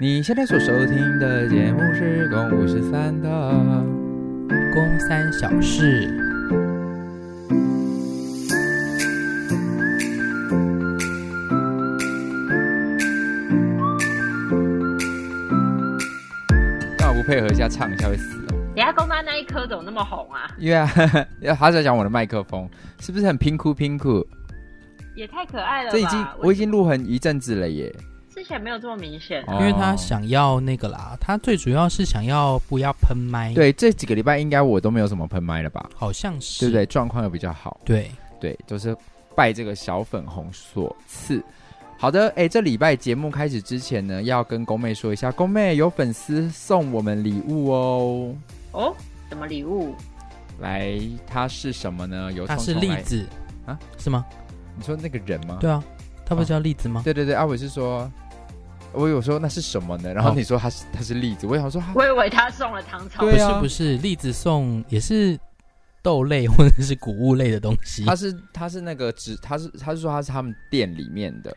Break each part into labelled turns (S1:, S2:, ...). S1: 你现在所收听的节目是《公五十三》的，
S2: 公三小事，
S1: 那我不配合一下唱一下会死哦。
S3: 等一下公妈那一颗怎么那么红啊？
S1: 因为啊， 他在讲我的麦克风是不是很拼酷拼酷？
S3: 也太可爱了吧！
S1: 这已经我
S3: 我
S1: 已经录很一阵子了耶，
S3: 之前没有这么明显。
S1: 哦
S2: 因为他想要那个啦，他最主要是想要不要喷麦，，
S1: 对这几个礼拜应该我都没有什么喷麦了吧，
S2: 好像是，
S1: 对不对？状况又比较好。
S2: 对？
S1: 对，就是拜这个小粉红所赐。好的，哎，这礼拜节目开始之前呢，要跟宫妹说一下，宫妹有粉丝送我们礼物哦。
S3: 哦，什么礼物？
S1: 来，它是什么呢？有
S2: 他
S1: 送
S2: 是
S1: 送
S2: 栗
S1: 来，
S2: 子
S1: 啊，
S2: 是吗？
S1: 你说那个人吗？
S2: 对啊，啊他不
S1: 哦
S2: 是叫栗子吗？
S1: 对对对，阿伟是说，我有说那是什么呢？然后
S2: 哦
S1: 你说他是他是栗子，我想 说哈
S3: 我以为他送了糖炒
S1: 对
S2: 不
S1: 啊
S2: 是不是，栗子送也是豆类或者是谷物类的东西，
S1: 他是他是那个只他是他是说他是他们店里面的、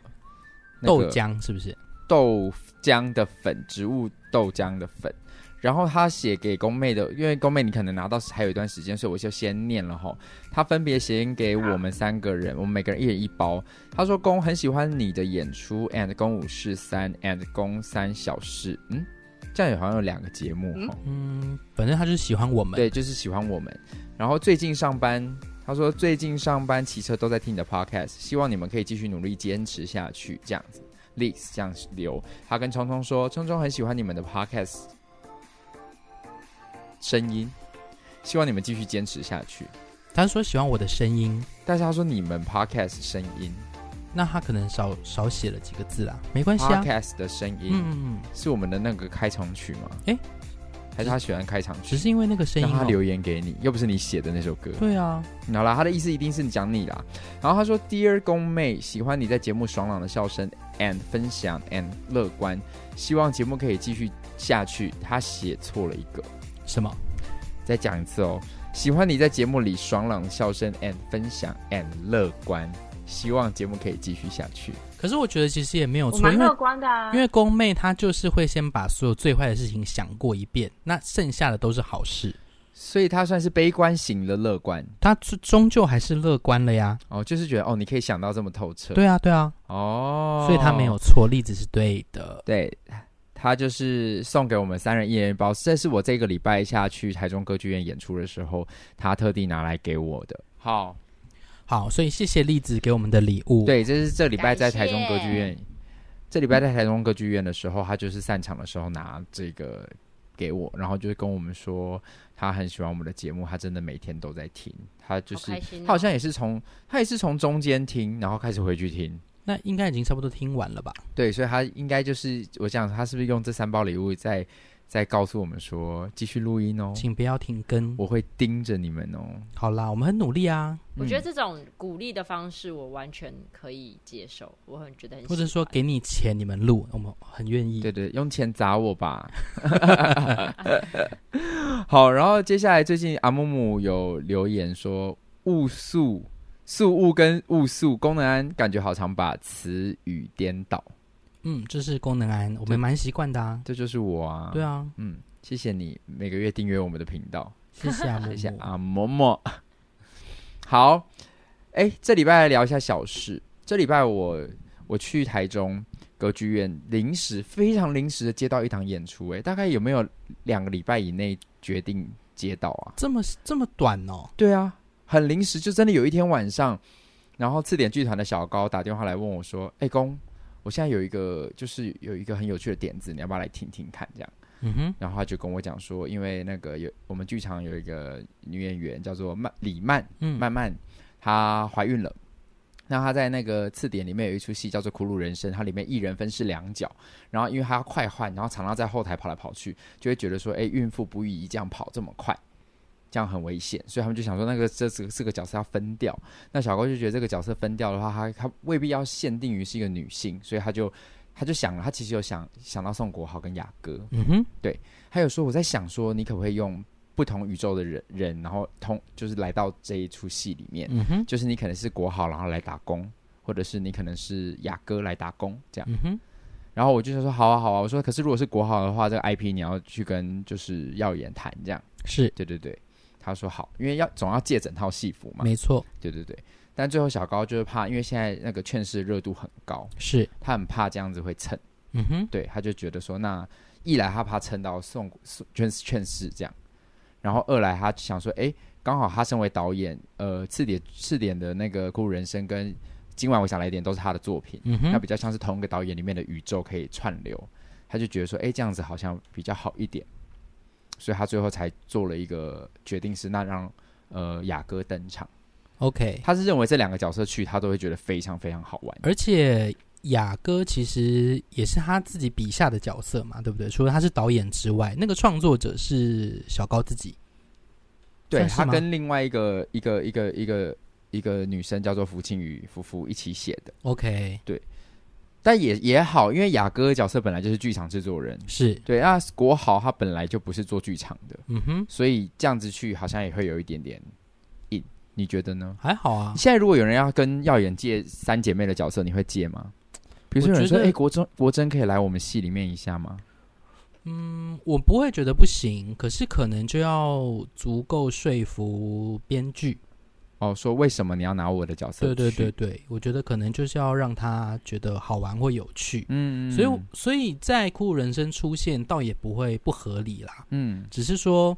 S1: 那
S2: 豆
S1: 个
S2: 浆是不是？
S1: 豆浆的粉，植物豆浆的粉。然后他写给宫妹的，因为宫妹你可能拿到还有一段时间，所以我就先念了哈。他分别写给我们三个人，我们每个人一人一包。他说：“宫很喜欢你的演出，and 宫五四三，and 宫三小事。”嗯，这样也好像有两个节目哈。
S2: 嗯，反正他就是喜欢我们，
S1: 对，就是喜欢我们。然后最近上班，他说最近上班骑车都在听你的 podcast，希望你们可以继续努力坚持下去，这样子。Liz 这样留，他跟聪聪说，聪聪很喜欢你们的 podcast 声音，希望你们继续坚持下去。
S2: 他说喜欢我的声音，
S1: 但是他说你们 podcast 声音
S2: 那他可能少少写了几个字啦，没关系啊。
S1: ，podcast 的声音、
S2: 嗯嗯，嗯
S1: 是我们的那个开场曲吗？
S2: 诶
S1: 还是他喜欢开场曲
S2: 只？是因为那个声音、
S1: 让他
S2: 哦，
S1: 留言给你，又不是你写的那首歌。
S2: 对啊，
S1: 好啦，他的意思一定是讲你啦。然后他说：“Dear 宫妹，喜欢你在节目爽朗的笑声，and 分享，and 乐观，希望节目可以继续下去。”他写错了一个，
S2: 什么？
S1: 再讲一次哦。喜欢你在节目里爽朗的笑声，and 分享，and 乐观，希望节目可以继续下去。
S2: 可是我觉得其实也没有
S1: 哦
S3: 我
S2: 错，
S3: 蛮
S2: 因为
S3: 乐观的啊。
S2: 因为宫妹她就是会先把所有最坏的事情想过一遍，那剩下的都是好事，
S1: 所以他算是悲观型的乐观
S2: 她终终究还是乐观了呀。
S1: 哦，就是觉得哦，你可以想到这么透彻，
S2: 对啊，对啊，
S1: 哦，
S2: 所以她没有错，栗子是对的。
S1: 对，他就是送给我们三人一人一包，这是我这个礼拜下去台中歌剧院演出的时候，他特地拿来给我的。好，
S2: 好，所以谢谢栗子给我们的礼物。，
S1: 对，这是这礼拜在
S3: 感
S1: 台
S3: 谢
S1: 中歌剧院，这礼拜在台中歌剧院的时候，他就是散场的时候拿这个给我，然后就是跟我们说他很喜欢我们的节目，他真的每天都在听，他就是
S3: 好开心哦
S1: 他好像也是从他也是从中间听，然后开始回去听。
S2: 那应该已经差不多听完了吧？
S1: 对，所以他应该就是我想，他是不是用这三包礼物在在告诉我们说，继续录音哦，
S2: 请不要停更。
S1: 我会盯着你们哦。
S2: 好啦，我们很努力啊，
S3: 我觉得
S1: 嗯、
S3: 这种鼓励的方式，我完全可以接受，我很觉得很喜
S2: 或
S3: 欢。
S2: 者说给你钱你们录，我们很愿意。
S1: 对对，用钱砸我 吧。好，然后接下来最近阿木木有留言说，误宿宿物跟误宿功能安感觉好常把词语颠倒，
S2: 嗯，这是功能安，我
S1: 对
S2: 们蛮习惯的啊。
S1: 这就是我啊。
S2: 对，啊，
S1: 嗯，谢谢你每个月订阅我们的频道。
S2: 谢谢啊，木
S1: 谢谢
S2: 木。
S1: 啊，嬷嬷。 好，哎、这礼拜来聊一下小事。这礼拜我我去台中歌剧院，临时非常临时的接到一堂演出、哎，大概有没有两个礼拜以内决定接到啊？
S2: 这么这么短哦，
S1: 对啊，很临时，就真的有一天晚上，然后次点剧团的小高打电话来问我说：“哎、公，我现在有一个就是有一个很有趣的点子，你要不要来听听看？”这样。
S2: 嗯哼，
S1: 然后他就跟我讲说，因为那个有我们剧场有一个女演员叫做曼李曼
S2: 嗯，
S1: 曼曼，她怀孕了。那她在那个次典里面有一出戏叫做《苦鲁人生》，它里面一人分饰两角，然后因为她要快换，然后常常在后台跑来跑去，就会觉得说，哎，孕妇不宜这样跑这么快，这样很危险，所以他们就想说，那个这这这个角色要分掉。那小高就觉得这个角色分掉的话，他他未必要限定于是一个女性，所以他就他就想了，他其实有想想到宋国豪跟雅歌，
S2: 嗯哼，
S1: 还有说我在想说，你可不可以用不同宇宙的人人，然后通就是来到这一出戏里面，
S2: 嗯哼，
S1: 就是你可能是国豪，然后来打工，或者是你可能是雅哥来打工这样。
S2: 嗯哼，
S1: 然后我就想说好啊好啊，我说可是如果是国豪的话，这个 IP 你要去跟就是耀眼谈这样，
S2: 是
S1: 对对对，他说好，因为要总要借整套戏服嘛，
S2: 没错，
S1: 对对对。但最后小高就是怕，因为现在那个劝世热度很高，
S2: 是，
S1: 他很怕这样子会蹭，
S2: 嗯哼，
S1: 对，他就觉得说，那一来他怕蹭到送送劝劝世这样，然后二来他想说，哎，刚好他身为导演，呃，次点次点的那个《孤独人生》跟今晚我想来点都是他的作品，
S2: 嗯
S1: 那
S2: 哼，
S1: 比较像是同一个导演里面的宇宙可以串流，他就觉得说，哎、这样子好像比较好一点，所以他最后才做了一个决定是，那让呃雅哥登场。
S2: ，OK。
S1: 他是认为这两个角色去，他都会觉得非常非常好玩。
S2: 而且雅哥其实也是他自己笔下的角色嘛，对不对？除了他是导演之外，那个创作者是小高自己。
S1: 对
S2: 算是
S1: 他
S2: 吗
S1: 跟另外一个一个一个一个一个女生叫做福庆宇夫妇一起写的，
S2: OK，
S1: 但也也好，因为雅哥的角色本来就是剧场制作人，
S2: 是，
S1: 对，那国豪他本来就不是做剧场的，
S2: 嗯哼，
S1: 所以这样子去好像也会有一点点硬，你觉得呢？
S2: 还好啊。
S1: 现在如果有人要跟耀眼借三姐妹的角色，你会借吗？比如说有人说，
S2: 我
S1: 哎、
S2: 觉得
S1: 国珍国珍可以来我们戏里面一下吗？
S2: 嗯，我不会觉得不行，可是可能就要足够说服编剧。
S1: 哦，说为什么你要拿我的角色
S2: 对
S1: 去？
S2: 对对对，我觉得可能就是要让他觉得好玩或有趣。
S1: 嗯，嗯，
S2: 所以，所以在《酷人生》出现，倒也不会不合理啦。
S1: 嗯，
S2: 只是说，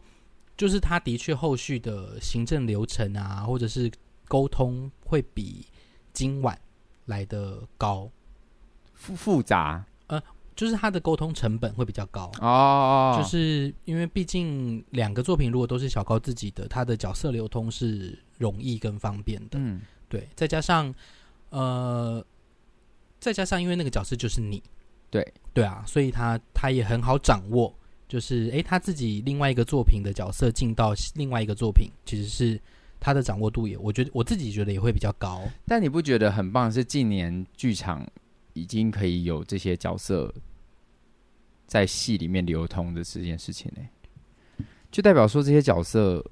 S2: 就是他的确后续的行政流程啊，或者是沟通会比今晚来的高，
S1: 复复杂
S2: 就是他的沟通成本会比较高。
S1: 哦，
S2: 就是因为毕竟两个作品如果都是小高自己的，他的角色流通是容易跟方便的，
S1: 嗯，
S2: 对，再加上呃，再加上因为那个角色就是你，
S1: 对
S2: 对啊，所以他他也很好掌握，就是诶，他自己另外一个作品的角色进到另外一个作品，其实是他的掌握度也，我觉得我自己觉得也会比较高，
S1: 但你不觉得很棒？是近年剧场已经可以有这些角色在戏里面流通的这件事情呢、就代表说这些角色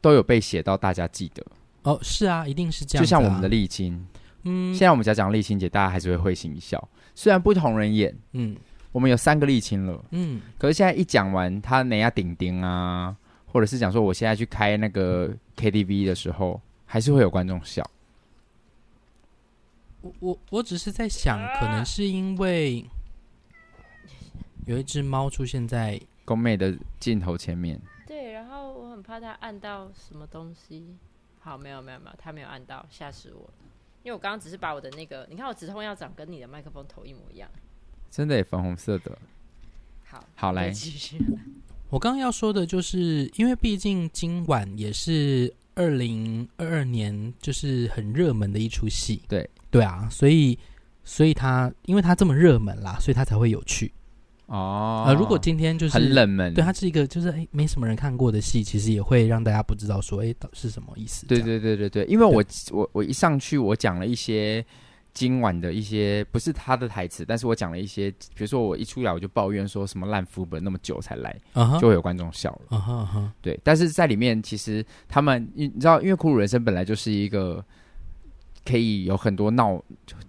S1: 都有被写到大家记得，
S2: 哦，是啊，一定是这样、
S1: 就像我们的，沥青，
S2: 嗯
S1: 现在我们讲讲沥青姐，大家还是会会心一笑。虽然不同人演，
S2: 嗯
S1: 我们有三个沥青了，
S2: 嗯，
S1: 可是现在一讲完他哪下顶顶啊，或者是讲说我现在去开那个 KTV 的时候，还是会有观众笑。
S2: 我我我只是在想，可能是因为有一只猫出现在
S1: 宫妹的镜头前面，
S3: 对，然后我很怕他按到什么东西。好，没有没有没有，他没有按到，吓死我了。因为我刚刚只是把我的那个，你看我止痛药长跟你的麦克风头一模一样。
S1: 真的也粉红色的。
S3: 好，
S1: 好
S3: 可以
S1: 来，
S3: 继续。
S2: 我刚刚要说的就是，因为毕竟今晚也是二零二二年，就是很热门的一出戏。
S1: 对
S2: 对啊，所以所以它因为它这么热门啦，所以它才会有趣。
S1: 哦，
S2: 呃，如果今天就是
S1: 很，冷门，
S2: 对，它是一个就是哎没什么人看过的戏，其实也会让大家不知道说哎到是什么意思。
S1: 对
S2: 这样，
S1: 对对对对，因为我我我一上去，我讲了一些今晚的一些不是他的台词，但是我讲了一些，比如说我一出来我就抱怨说什么烂副本那么久才来，
S2: 嗯哼，
S1: 就会有观众笑了。
S2: 嗯哼嗯哼，
S1: 对，但是在里面其实他们，你你知道，因为《苦鲁人生》本来就是一个可以有很多闹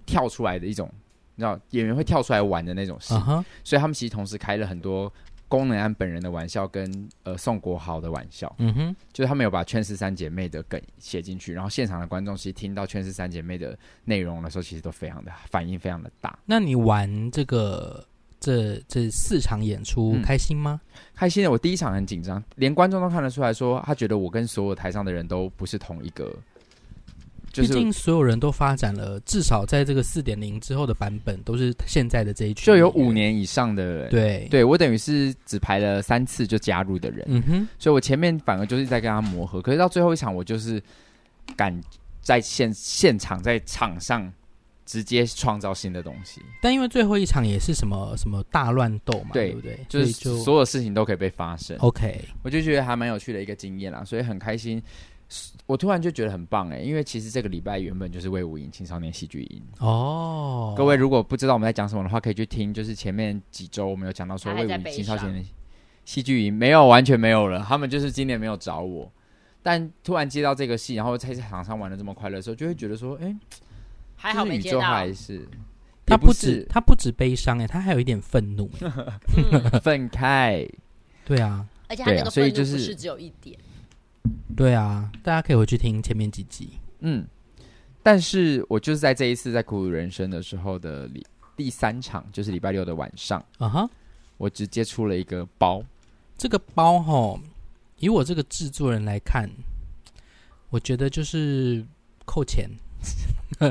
S1: 跳出来的一种，你知道演员会跳出来玩的那种戏，
S2: 嗯哼，
S1: 所以他们其实同时开了很多功能安本人的玩笑跟呃宋国豪的玩笑。
S2: 嗯哼，
S1: 就是他们有把《劝世三姐妹》的梗写进去，然后现场的观众其实听到《劝世三姐妹》的内容的时候，其实都非常的反应非常的大，
S2: 那你玩这个这这四场演出、
S1: 嗯
S2: 开心吗？
S1: 开心的。我第一场很紧张，连观众都看得出来说，他觉得我跟所有台上的人都不是同一个，就
S2: 毕
S1: 是
S2: 竟所有人都发展了，至少在这个四点零之后的版本都是现在的这一群，
S1: 就有五。年以上的人。
S2: 对，
S1: 对我等于是只排了三次就加入的人，
S2: 嗯哼，
S1: 所以我前面反而就是在跟他磨合，可是到最后一场，我就是敢在现现场在场上直接创造新的东西，
S2: 但因为最后一场也是什么什么大乱斗嘛，
S1: 对
S2: 对不对？哦
S1: 就是
S2: 所以
S1: 所有事情都可以被发生。
S2: OK，
S1: 我就觉得还蛮有趣的一个经验啦，所以很开心。我突然就觉得很棒哎、因为其实这个礼拜原本就是魏武营青少年戏剧营。
S2: 哦，
S1: 各位如果不知道我们在讲什么的话，可以去听，就是前面几周我们有讲到说
S3: 他
S1: 魏武
S3: 还在
S1: 营
S3: 北
S1: 青少
S3: 上
S1: 年戏剧营没有，完全没有了。他们就是今年没有找我，但突然接到这个戏，然后在场上玩的这么快乐的时候，就会觉得说，哎、
S3: 还
S1: 就
S3: 好
S1: 是
S3: 没
S1: 宇
S3: 接
S1: 宙
S3: 到
S1: 还。是。也
S2: 他
S1: 不
S2: 止
S1: 是
S2: 他不止悲伤哎、他还有一点愤怒哎、
S3: 嗯，
S1: 愤慨，
S2: 对啊，
S3: 而且他那
S1: 对
S3: 个
S1: 啊所以
S3: 愤怒
S1: 就
S3: 不
S1: 是
S3: 是只有一点，
S2: 对啊，大家可以回去听前面几集。
S1: 嗯，但是我就是在这一次在苦鲁人生的时候的礼第三场，就是礼拜六的晚上，
S2: 啊哈，
S1: 我直接出了一个包，
S2: 这个包吼，以我这个制作人来看，我觉得就是扣钱，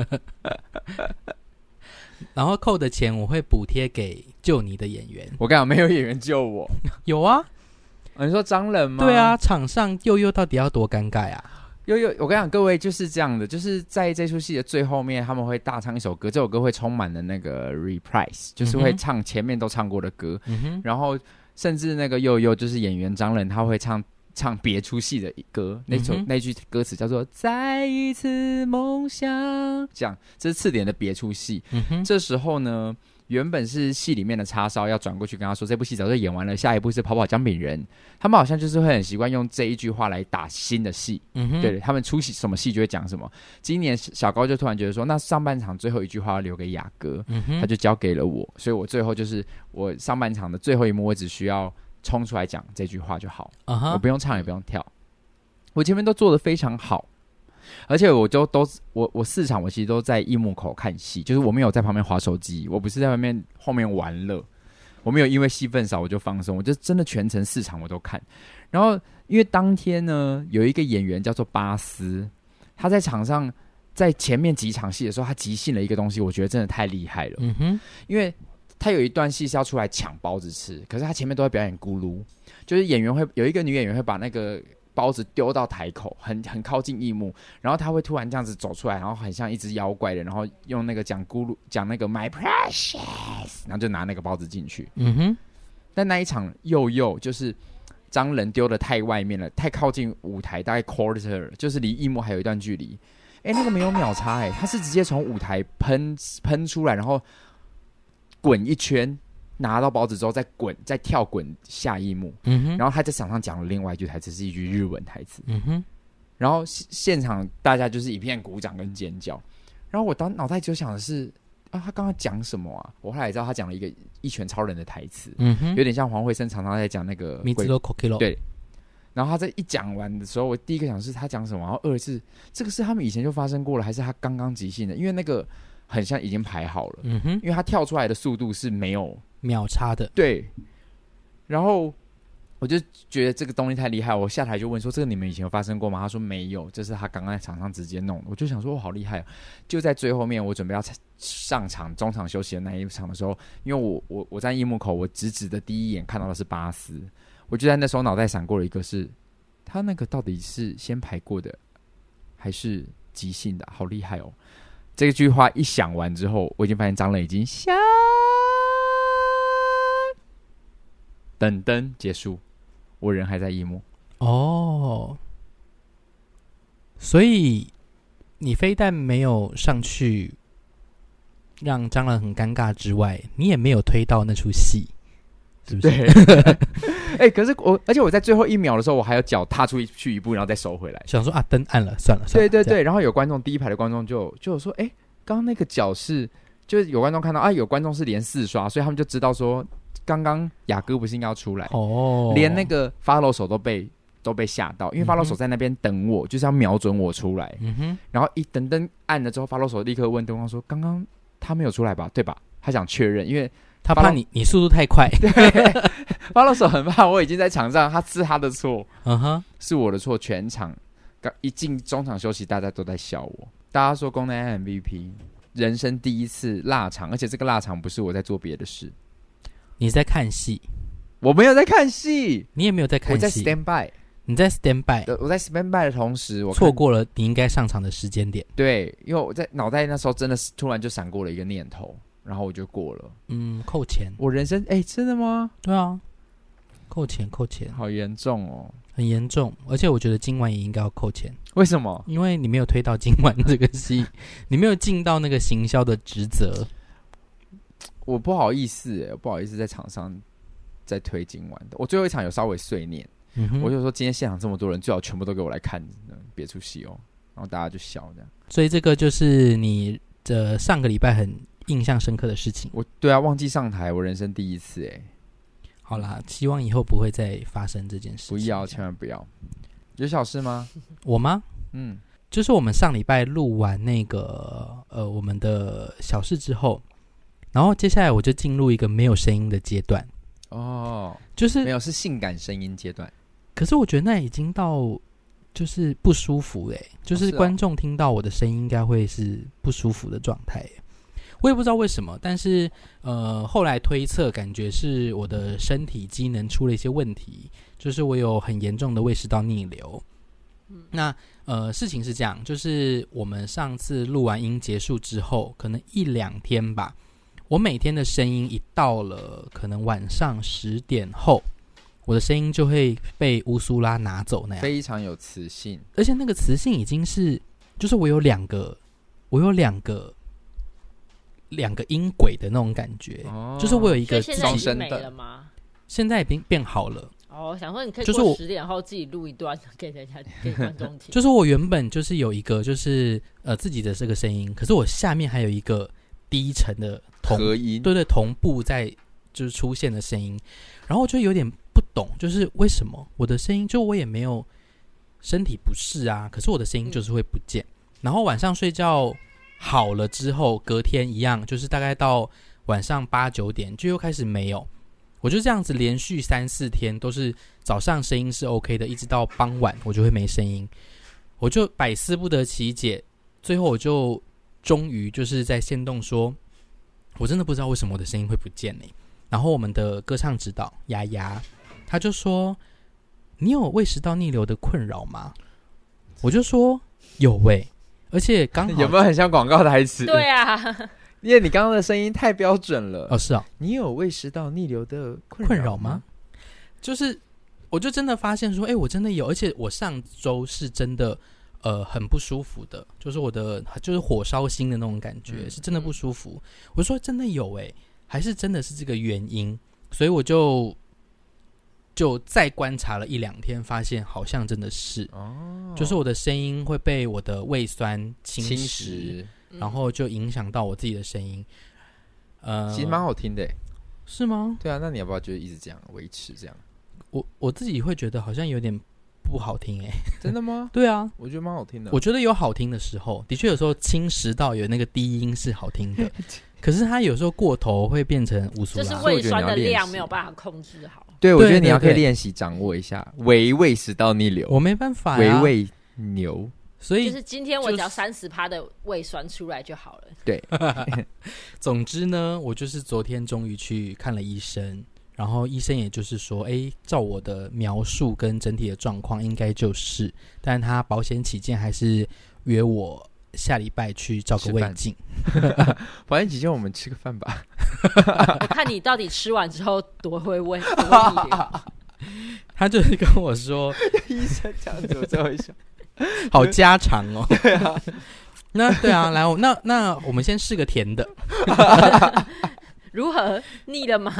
S2: 然后扣的钱我会补贴给救你的演员。
S1: 我刚好没有演员救我，
S2: 有啊，
S1: 啊你说张冷吗？
S2: 对啊，，场上悠悠到底要多尴尬啊？
S1: 悠悠，我跟你讲，各位就是这样的，就是在这出戏的最后面，他们会大唱一首歌，这首歌会充满了那个 reprise，就是
S2: 嗯
S1: 会
S2: 哼
S1: 唱前面都唱过的歌，
S2: 嗯哼，
S1: 然后甚至那个悠悠就是演员张冷，他会唱唱别出戏的歌，那首、
S2: 嗯哼
S1: 那句歌词叫做“再一次梦想”，这样这是次点的别出戏。
S2: 嗯哼，
S1: 这时候呢，原本是戏里面的叉烧要转过去跟他说，这部戏早就演完了，下一部是跑跑姜饼人。他们好像就是会很习惯用这一句话来打新的戏，
S2: 嗯哼，
S1: 对他们出戏什么戏就会讲什么。今年小高就突然觉得说，那上半场最后一句话要留给雅哥，
S2: 嗯
S1: 他
S2: 哼，
S1: 就交给了我，所以我最后就是我上半场的最后一幕，我只需要冲出来讲这句话就好，
S2: 啊
S1: 我
S2: 哈
S1: 不，用唱也不用跳，我前面都做的非常好，而且我就都我我四场我其实都在一幕口看戏，就是我没有在旁边划手机，我不是在外面后面玩乐，我没有因为戏份少我就放松，我就真的全程四场我都看，然后因为当天呢有一个演员叫做巴斯，他在场上。在前面几场戏的时候，他即兴了一个东西，我觉得真的太厉害了。
S2: 嗯哼，
S1: 因为他有一段戏是要出来抢包子吃，可是他前面都在表演咕噜，就是演员会有一个女演员会把那个包子丢到台口，很很靠近一幕，然后他会突然这样子走出来，然后很像一只妖怪人，然后用那个讲咕噜讲那个 my precious，然后就拿那个包子进去。
S2: 嗯哼，
S1: 但那一场又又就是张人丢的太外面了，太靠近舞台，大概 quarter 就是离一幕还有一段距离。哎、那个没有秒差哎、他是直接从舞台喷喷出来，然后滚一圈，拿到包子之后再滚，再跳滚下一幕。
S2: 嗯哼，
S1: 然后他在场上讲了另外一句台词，是一句日文台词。
S2: 嗯哼，
S1: 然后现现场大家就是一片鼓掌跟尖叫。然后我当脑袋就想的是啊，他刚刚讲什么啊？我后来也知道他讲了一个一拳超人的台词。
S2: 嗯哼，
S1: 有点像黄慧生常常在讲那个
S2: 米
S1: 鬼
S2: 兹洛 c o k i l o
S1: 对然后他在一讲完的时候，我第一个想是他讲什么，然后哦二是这个是他们以前就发生过了，还是他刚刚即兴的？因为那个很像已经排好了，
S2: 嗯哼，
S1: 因为他跳出来的速度是没有
S2: 秒差的，
S1: 对。然后我就觉得这个东西太厉害，我下台就问说：“这个你们以前有发生过吗？”他说：“没有，这是他刚刚在场上直接弄的。”我就想说：“我好厉害、啊！”就在最后面，我准备要上场中场休息的那一场的时候，因为我我我在樱木口，我直直的第一眼看到的是巴斯，我就在那时候脑袋闪过了一个是，他那个到底是先排过的还是即兴的？好厉害哦！这句话一想完之后，我已经发现张磊已经下，噔噔结束，我人还在一幕。
S2: 哦，所以你非但没有上去让蟑螂很尴尬之外，你也没有推到那出戏，是不 是？
S1: 对，哎、可是我，而且我在最后一秒的时候，我还要脚踏出一去一步，然后再收回来。
S2: 想说啊，灯暗了，算了，算
S1: 对
S2: 了
S1: 对
S2: 这样
S1: 对，然后有观众第一排的观众就就有说，哎、刚刚那个脚是，就是有观众看到啊，有观众是连四刷，所以他们就知道说，刚刚雅哥不是应该要出来，
S2: 哦，
S1: 连那，个发漏手都被都被吓到，因为发漏
S2: 嗯
S1: 手
S2: 哼
S1: 在那边等我，就是要瞄准我出来，
S2: 嗯哼，
S1: 然后一等灯按了之后，发漏手立刻问灯光说，刚刚他没有出来吧？对吧？他想确认，因为
S2: 他
S1: 发
S2: 怕
S1: 动
S2: 你你速度太快，
S1: 发漏手很怕我已经在场上，他是他的错，
S2: 嗯哼，
S1: 是我的错。全场刚一进中场休息，大家都在笑我，大家说宫南 MVP 人生第一次腊肠，而且这个腊肠不是我在做别的事，
S2: 你在看戏，
S1: 我没有在看戏，
S2: 你也没有在
S1: 我
S2: 看
S1: 在
S2: 戏，
S1: stand by，
S2: 你在 stand by，
S1: 呃我在 stand by 的同时，我看
S2: 错过了你应该上场的时间点，
S1: 对，因为我在脑袋那时候真的是突然就闪过了一个念头，然后我就过了。
S2: 嗯，扣钱，
S1: 我人生哎、真的吗？
S2: 对啊，扣钱扣钱，
S1: 好严重哦！
S2: 很严重，而且我觉得今晚也应该要扣钱。
S1: 为什么？
S2: 因为你没有推到今晚这个 戏，你没有尽到那个行销的职责。
S1: 我不好意思、哎，我不好意思在场上再推今晚的。我最后一场有稍微碎念，
S2: 嗯哼，
S1: 我就说今天现场这么多人，最好全部都给我来看，嗯别出戏哦。然后大家就笑这样。
S2: 所以这个就是你的上个礼拜很印象深刻的事情。
S1: 我对啊，忘记上台，我人生第一次哎、
S2: 好啦，希望以后不会再发生这件事情。
S1: 不要，千万不要。有小事吗？
S2: 我吗？
S1: 嗯，
S2: 就是我们上礼拜录完那个呃我们的小事之后，然后接下来我就进入一个没有声音的阶段，
S1: 哦，
S2: 就
S1: 没
S2: 是
S1: 有，是性感声音阶段。
S2: 可是我觉得那已经到就是不舒服嘞、就
S1: 哦
S2: 是
S1: 是哦
S2: 观众听到我的声音应该会是不舒服的状态欸、我也不知道为什么，但是呃，后来推测感觉是我的身体机能出了一些问题，就是我有很严重的胃食道逆流。那呃，事情是这样，就是我们上次录完音结束之后，可能一两天吧，我每天的声音一到了可能晚上十点后，我的声音就会被乌苏拉拿走那样。
S1: 非常有磁性，
S2: 而且那个磁性已经是，就是我有两个，我有两个两个音轨的那种感觉，
S1: 哦
S2: 就是我有一
S3: 所
S2: 个
S3: 以
S2: 自
S3: 现在已
S1: 双
S2: 己
S3: 经
S1: 声
S3: 没
S1: 的
S3: 了吗？
S2: 现在已经变好了。
S3: 哦，想说你可以
S2: 就是
S3: 过
S2: 我
S3: 十点后自己录一段给人 家给观众听，
S2: 就是我原本就是有一个就是呃自己的这个声音，可是我下面还有一个低沉的同
S1: 合音，
S2: 对对同步在就是出现的声音，然后我就有点不懂，就是为什么我的声音就我也没有身体不适啊，可是我的声音就是会不见。然后晚上睡觉好了之后，隔天一样，就是大概到晚上八九点就又开始没有。我就这样子连续三四天都是早上声音是 OK 的，一直到傍晚我就会没声音，我就百思不得其解。最后我就终于就是在线动说，我真的不知道为什么我的声音会不见呢、然后我们的歌唱指导雅雅，她就说：“你有胃食道逆流的困扰吗？”我就说：“有喂、而且刚好
S1: 有没有很像广告台词？
S3: 对，啊，
S1: 因为你刚刚的声音太标准了。
S2: 哦是哦
S1: 你有胃食道逆流的困
S2: 困扰吗？？就是我就真的发现说，哎、我真的有，而且我上周是真的呃很不舒服的，就是我的就是火烧心的那种感觉，
S1: 嗯
S2: 是真的不舒服。我说真的有哎、还是真的是这个原因，所以我就就再观察了一两天，发现好像真的是，
S1: 哦，
S2: 就是我的声音会被我的胃酸侵
S1: 侵
S2: 蚀，
S1: 蚀，
S2: 嗯然后就影响到我自己的声音。呃，
S1: 其实蛮好听的欸。
S2: 是吗？
S1: 对啊，那你要不要就一直这样维持这样？
S2: 我我自己会觉得好像有点不好听哎、
S1: 真的吗？
S2: 对啊，
S1: 我觉得蛮好听的。
S2: 我觉得有好听的时候，的确有时候侵蚀到有那个低音是好听 的，可是它有时候过头会变成无啊苏
S3: 就
S2: 拉。
S3: 是
S1: 为
S3: 胃酸的量没有办法控制好。
S1: 对，我觉
S2: 对
S1: 得你要
S2: 对
S1: 可以
S2: 对
S1: 练习掌握一下围胃食道逆流，
S2: 我没办法、
S1: 围
S2: 呀，
S1: 胃牛。
S2: 所
S3: 就
S2: 以
S3: 是今天我
S2: 就
S3: 只要
S2: 是
S3: 三十趴的胃酸出来就 好了。
S2: 总之呢，我就是昨天终于去看了医生，然后医生也就是说，诶，照我的描述跟整体的状况，应该就是，但他保险起见还是约我下礼拜去照个
S1: 吃
S2: 胃
S1: 饭
S2: 镜。
S1: 反正姐姐，我们吃个饭吧。
S3: 我看你到底吃完之后多会胃多会逆流
S2: 他就是跟我说，
S1: 医生这样子，我最后一笑。
S2: 好家常哦。对啊， 那对啊，来，我那那我们先试个甜的。
S3: 如何腻了吗？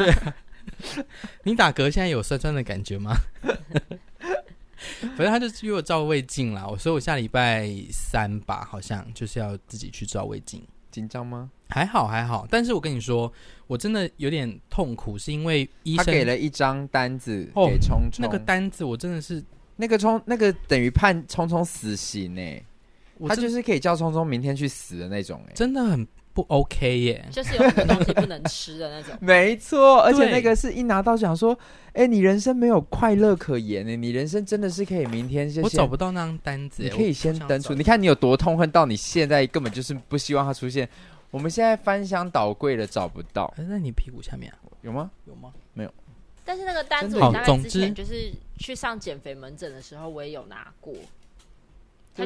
S2: 你打嗝现在有酸酸的感觉吗？ 反正他就是约我照胃镜啦，我所以我下礼拜三吧，好像就是要自己去照胃镜。
S1: 紧张吗？
S2: 还好还好，但是我跟你说，我真的有点痛苦，是因为医
S1: 他给
S2: 生
S1: 了一张单子
S2: 哦
S1: 给聪聪，
S2: 那个单子，我真的是，
S1: 那个聪那个等于判聪聪死刑呢，
S2: 我
S1: 他
S2: 真
S1: 就是可以叫聪聪明天去死的那种哎。。
S2: 真的很不 OK 耶。
S3: 就是有很多东西不能吃的那种
S1: 没错，而且
S2: 对
S1: 那个是一拿到想说，哎、你人生没有快乐可言欸呢，你人生真的是可以明天先。
S2: 我找不到那张单子耶，
S1: 你可以先登出。
S2: 出
S1: 你看你有多痛恨到你现在根本就是不希望它出现。我们现在翻箱倒柜了，找不到，
S2: 还是在你屁股下面啊？
S1: 有吗？
S2: 有吗？
S3: 但是那个单子
S1: 真的
S3: 我大概
S2: 好总
S3: 之前
S2: 之
S3: 就是去上减肥门诊的时候，我也有拿过。他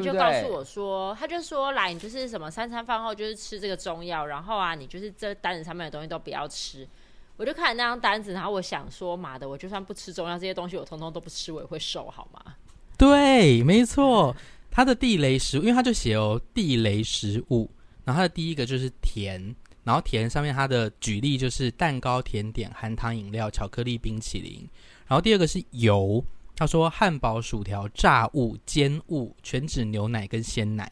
S1: 对不
S3: 就
S1: 对
S3: 告诉我说，他就说来，你就是什么三餐饭后就是吃这个中药，然后啊，你就是这单子上面的东西都不要吃。我就看了那张单子，然后我想说，妈的，我就算不吃中药这些东西，我通通都不吃，我也会瘦，好吗？
S2: 对，没错，它的地雷食物，因为它就写哦，地雷食物，然后它的第一个就是甜，然后甜上面它的举例就是蛋糕、甜点、含糖饮料、巧克力、冰淇淋，然后第二个是油，他说汉堡、薯条、炸物、煎物、全脂牛奶跟鲜奶，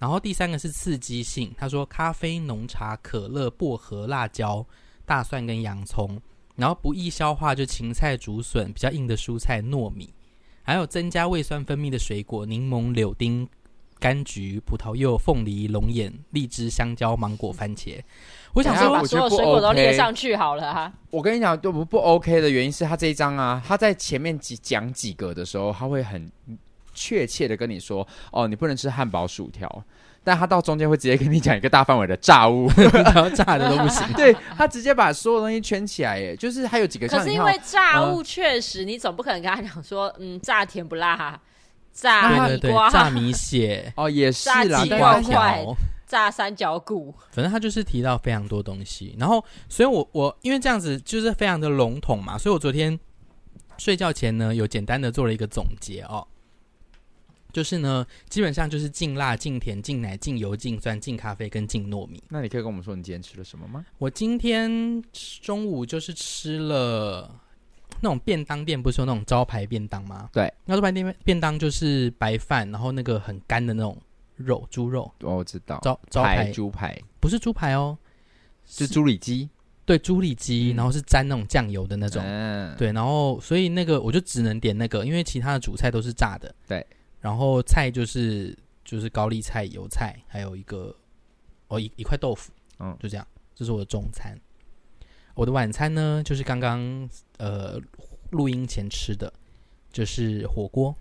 S2: 然后第三个是刺激性，他说咖啡、浓茶、可乐、薄荷、辣椒、大蒜跟洋葱，然后不易消化就芹菜、竹笋、比较硬的蔬菜、糯米，还有增加胃酸分泌的水果，柠檬、柳丁、柑橘、葡萄柚、凤梨、龙眼、荔枝、香蕉、芒果、番茄。我想
S1: 等一
S2: 说
S1: 下
S3: 把
S1: 我觉
S3: 所
S1: 得
S3: 有
S1: 不
S3: 水果都
S1: OK
S3: 列上去好了啊。
S1: 我跟你讲，就不不 OK 的原因是他这一章啊，他在前面几讲几个的时候，他会很确切的跟你说，哦，你不能吃汉堡、薯条，但他到中间会直接跟你讲一个大范围的炸物，
S2: 然后 炸的都不行。
S1: 对他直接把所有东西圈起来，耶，就是还有几个
S3: 可
S1: 像
S3: 是
S1: 你
S3: 因
S1: 看
S3: 为
S1: 哦，
S3: 炸物确实，你总不可能跟他讲说，嗯，炸甜不辣，炸
S2: 对
S3: 地
S2: 对
S3: 瓜
S2: 对，，炸米血、
S1: 哦也是
S3: 炸
S1: 啦，
S3: 鸡
S1: 对
S3: 肉
S1: 啊
S2: 瓜
S3: 块
S1: 想
S2: 条，
S3: 炸三角骨，
S2: 反正他就是提到非常多东西，然后，所以我我因为这样子就是非常的笼统嘛，所以我昨天睡觉前呢有简单的做了一个总结哦，就是呢基本上就是净辣、净甜、净奶、净油、净酸、净咖啡跟净糯米。
S1: 那你可以跟我们说你今天吃了什么吗？
S2: 我今天中午就是吃了那种便当店，不是有那种招牌便当吗？
S1: 对，
S2: 那招牌店便当就是白饭，然后那个很干的那种肉，猪肉
S1: 哦，我知道，
S2: 招招
S1: 排
S2: 牌
S1: 猪排，
S2: 不是猪排哦，
S1: 就猪里脊
S2: 对，猪里脊，
S1: 嗯
S2: 然后是沾那种酱油的那
S1: 那
S2: 种，
S1: 嗯，
S2: 对，然后所以那个我就只能点那个，因为其他的主菜都是炸的，
S1: 对，
S2: 然后菜就是就是高丽菜、油菜，还有一个哦一一块豆腐，
S1: 嗯
S2: 就这样，这是我的中餐。我的晚餐呢，就是刚刚呃录音前吃的，就是火锅，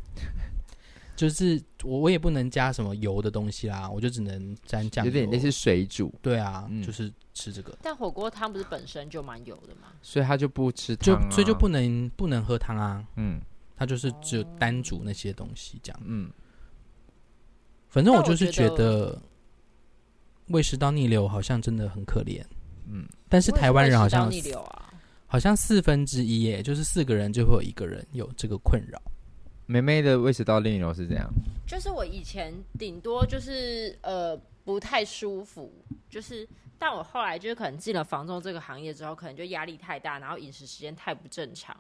S2: 就是我我也不能加什么油的东西啦，我就只能沾酱
S1: 有
S2: 油，
S1: 点类似水煮，
S2: 对啊，
S1: 嗯
S2: 就是吃这个。
S3: 但火锅汤不是本身就蛮油的吗？
S1: 所以他就不吃
S2: 就
S1: 汤啊，
S2: 所以就不能不能喝汤啊，
S1: 嗯
S2: 它就是只有单煮那些东西这样。
S1: 嗯，
S2: 反正我
S3: 但我
S2: 就是
S3: 觉
S2: 觉
S3: 得
S2: 得胃食道逆流好像真的很可怜，
S1: 嗯，
S2: 但是
S3: 我也
S2: 台湾人好
S3: 胃
S2: 像
S3: 食道逆流啊，
S2: 好像四分之一耶，就是四个人就会有一个人有这个困扰。
S1: 梅梅的胃食道逆流是怎样？
S3: 就是我以前顶多就是呃不太舒服，就是但我后来就是可能进了房仲这个行业之后，可能就压力太大，然后饮食时间太不正常，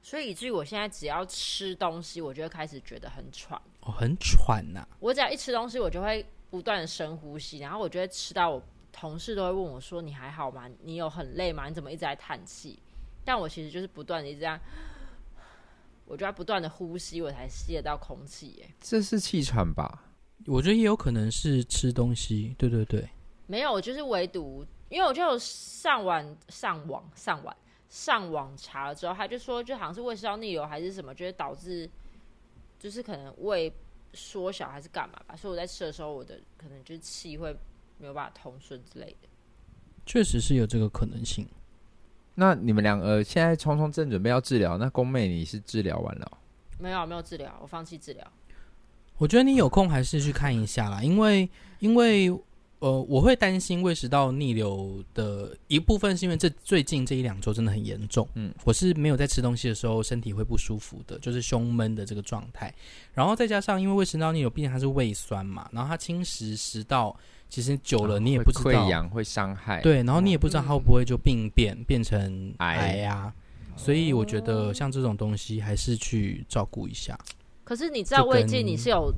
S3: 所以以至于我现在只要吃东西，我就会开始觉得很喘。
S2: 哦，很喘呐、
S3: 我只要一吃东西，我就会不断的深呼吸，然后我就会吃到我同事都会问我说：“你还好吗？你有很累吗？你怎么一直在叹气？”但我其实就是不断的这样，我就要不断的呼吸，我才吸得到空气。耶，
S1: 这是气喘吧？
S2: 我觉得也有可能是吃东西，对对对，
S3: 没有，我就是唯独，因为我就有上网上网上网上网查了之后，他就说就好像是胃食道逆流还是什么，就是导致就是可能胃缩小还是干嘛吧，所以我在吃的时候，我的可能就是气会没有办法通顺之类的。
S2: 确实是有这个可能性。
S1: 那你们两个现在聪聪正准备要治疗，那宫妹你是治疗完了哦、
S3: 没有没有治疗，我放弃治疗。
S2: 我觉得你有空还是去看一下啦，因为因为呃，我会担心胃食道逆流的一部分是因为这最近这一两周真的很严重，
S1: 嗯
S2: 嗯，我是没有在吃东西的时候身体会不舒服的，就是胸闷的这个状态，然后再加上因为胃食道逆流，毕竟它是胃酸嘛，然后它侵蚀食道，其实久了你也不知
S1: 哦啊会溃
S2: 道，
S1: 疡会伤害，，
S2: 对，然后你也不知道它会不会就病变变成
S1: 癌
S2: 癌呀、所以我觉得像这种东西还是去照顾一下。
S3: 可是你知道
S2: 就跟
S3: 胃镜你是有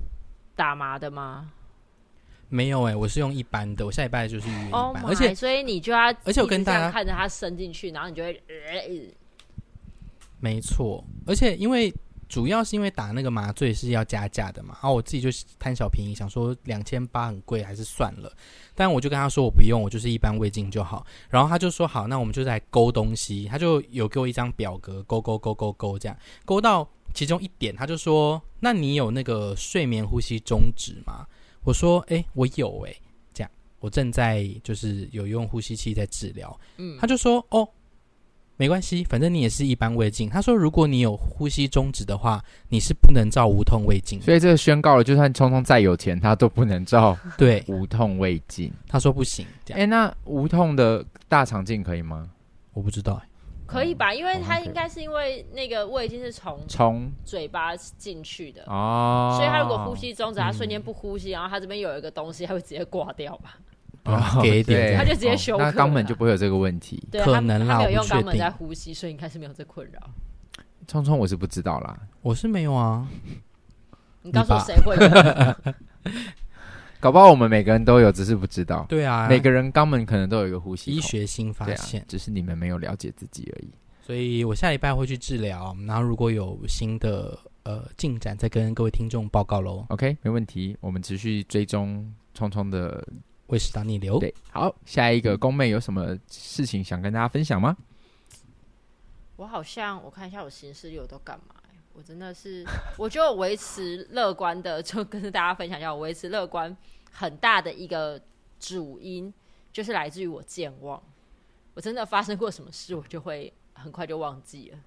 S3: 打麻的吗？
S2: 没有哎、我是用一般的，我下礼拜就是预约一
S3: 哦
S2: 般，，而且
S3: 所以你就要，
S2: 而且我跟大家
S3: 看着它伸进去，然后你就会，呃
S2: 没错，而且因为主要是因为打那个麻醉是要加价的嘛，然后我自己就贪小便宜，想说两千八很贵，还是算了。但我就跟他说我不用，我就是一般胃镜就好。然后他就说好，那我们就来勾东西，他就有给我一张表格，勾勾勾勾勾这样，勾到其中一点，他就说那你有那个睡眠呼吸终止吗？我说诶，我有诶，这样我正在就是有用呼吸器在治疗。
S3: 嗯
S2: 他就说：“哦，没关系，反正你也是一般胃镜。”他说：“如果你有呼吸终止的话，你是不能照无痛胃镜。
S1: 所以这个宣告了，就算聪聪再有钱，他都不能 照”
S2: 对，
S1: 无痛胃镜。
S2: 他说不行，这
S1: 哎、
S2: 样、
S1: 那无痛的大肠镜可以吗？
S2: 我不知道、欸。
S3: 可以吧？因
S2: 嗯
S3: 为
S1: 好
S3: 它
S1: 像可以
S3: 应该是因为那个胃镜是从
S1: 冲
S3: 嘴巴进去的，
S1: 哦，
S3: 所以他如果呼吸终止，他瞬间不呼吸，然后他这边有一个东西，他会直接挂掉吧？
S1: 哦，
S2: 给一点
S1: 对
S2: 他
S3: 就直接休克
S1: 那
S3: 了
S1: 肛门就不会有这个问题。
S3: 对，啊
S2: 可
S3: 他
S2: 能啦
S3: 他没有用
S2: 我不确
S3: 肛门
S2: 定
S3: 在呼吸，所以应该是没有这困扰。
S1: 聪聪我是不知道啦，
S2: 我是没有啊，
S3: 你告诉我
S2: 你吧
S3: 谁会用？
S1: 搞不好我们每个人都有，只是不知道。
S2: 对啊，
S1: 每个人肛门可能都有一个呼吸
S2: 医
S1: 孔
S2: 学新发
S1: 对啊
S2: 现，，
S1: 只是你们没有了解自己而已。
S2: 所以我下礼拜会去治疗，然后如果有新的呃进展，再跟各位听众报告喽。
S1: OK，没问题，我们持续追踪聪聪的。
S2: 胃食道逆流，
S1: 对，好，下一个宫妹有什么事情想跟大家分享吗？
S3: 我好像我看一下我行事历我都干嘛欸、我真的是， 我就维持乐观的，就跟大家分享一下，我维持乐观很大的一个主因就是来自于我健忘。我真的发生过什么事，我就会很快就忘记了。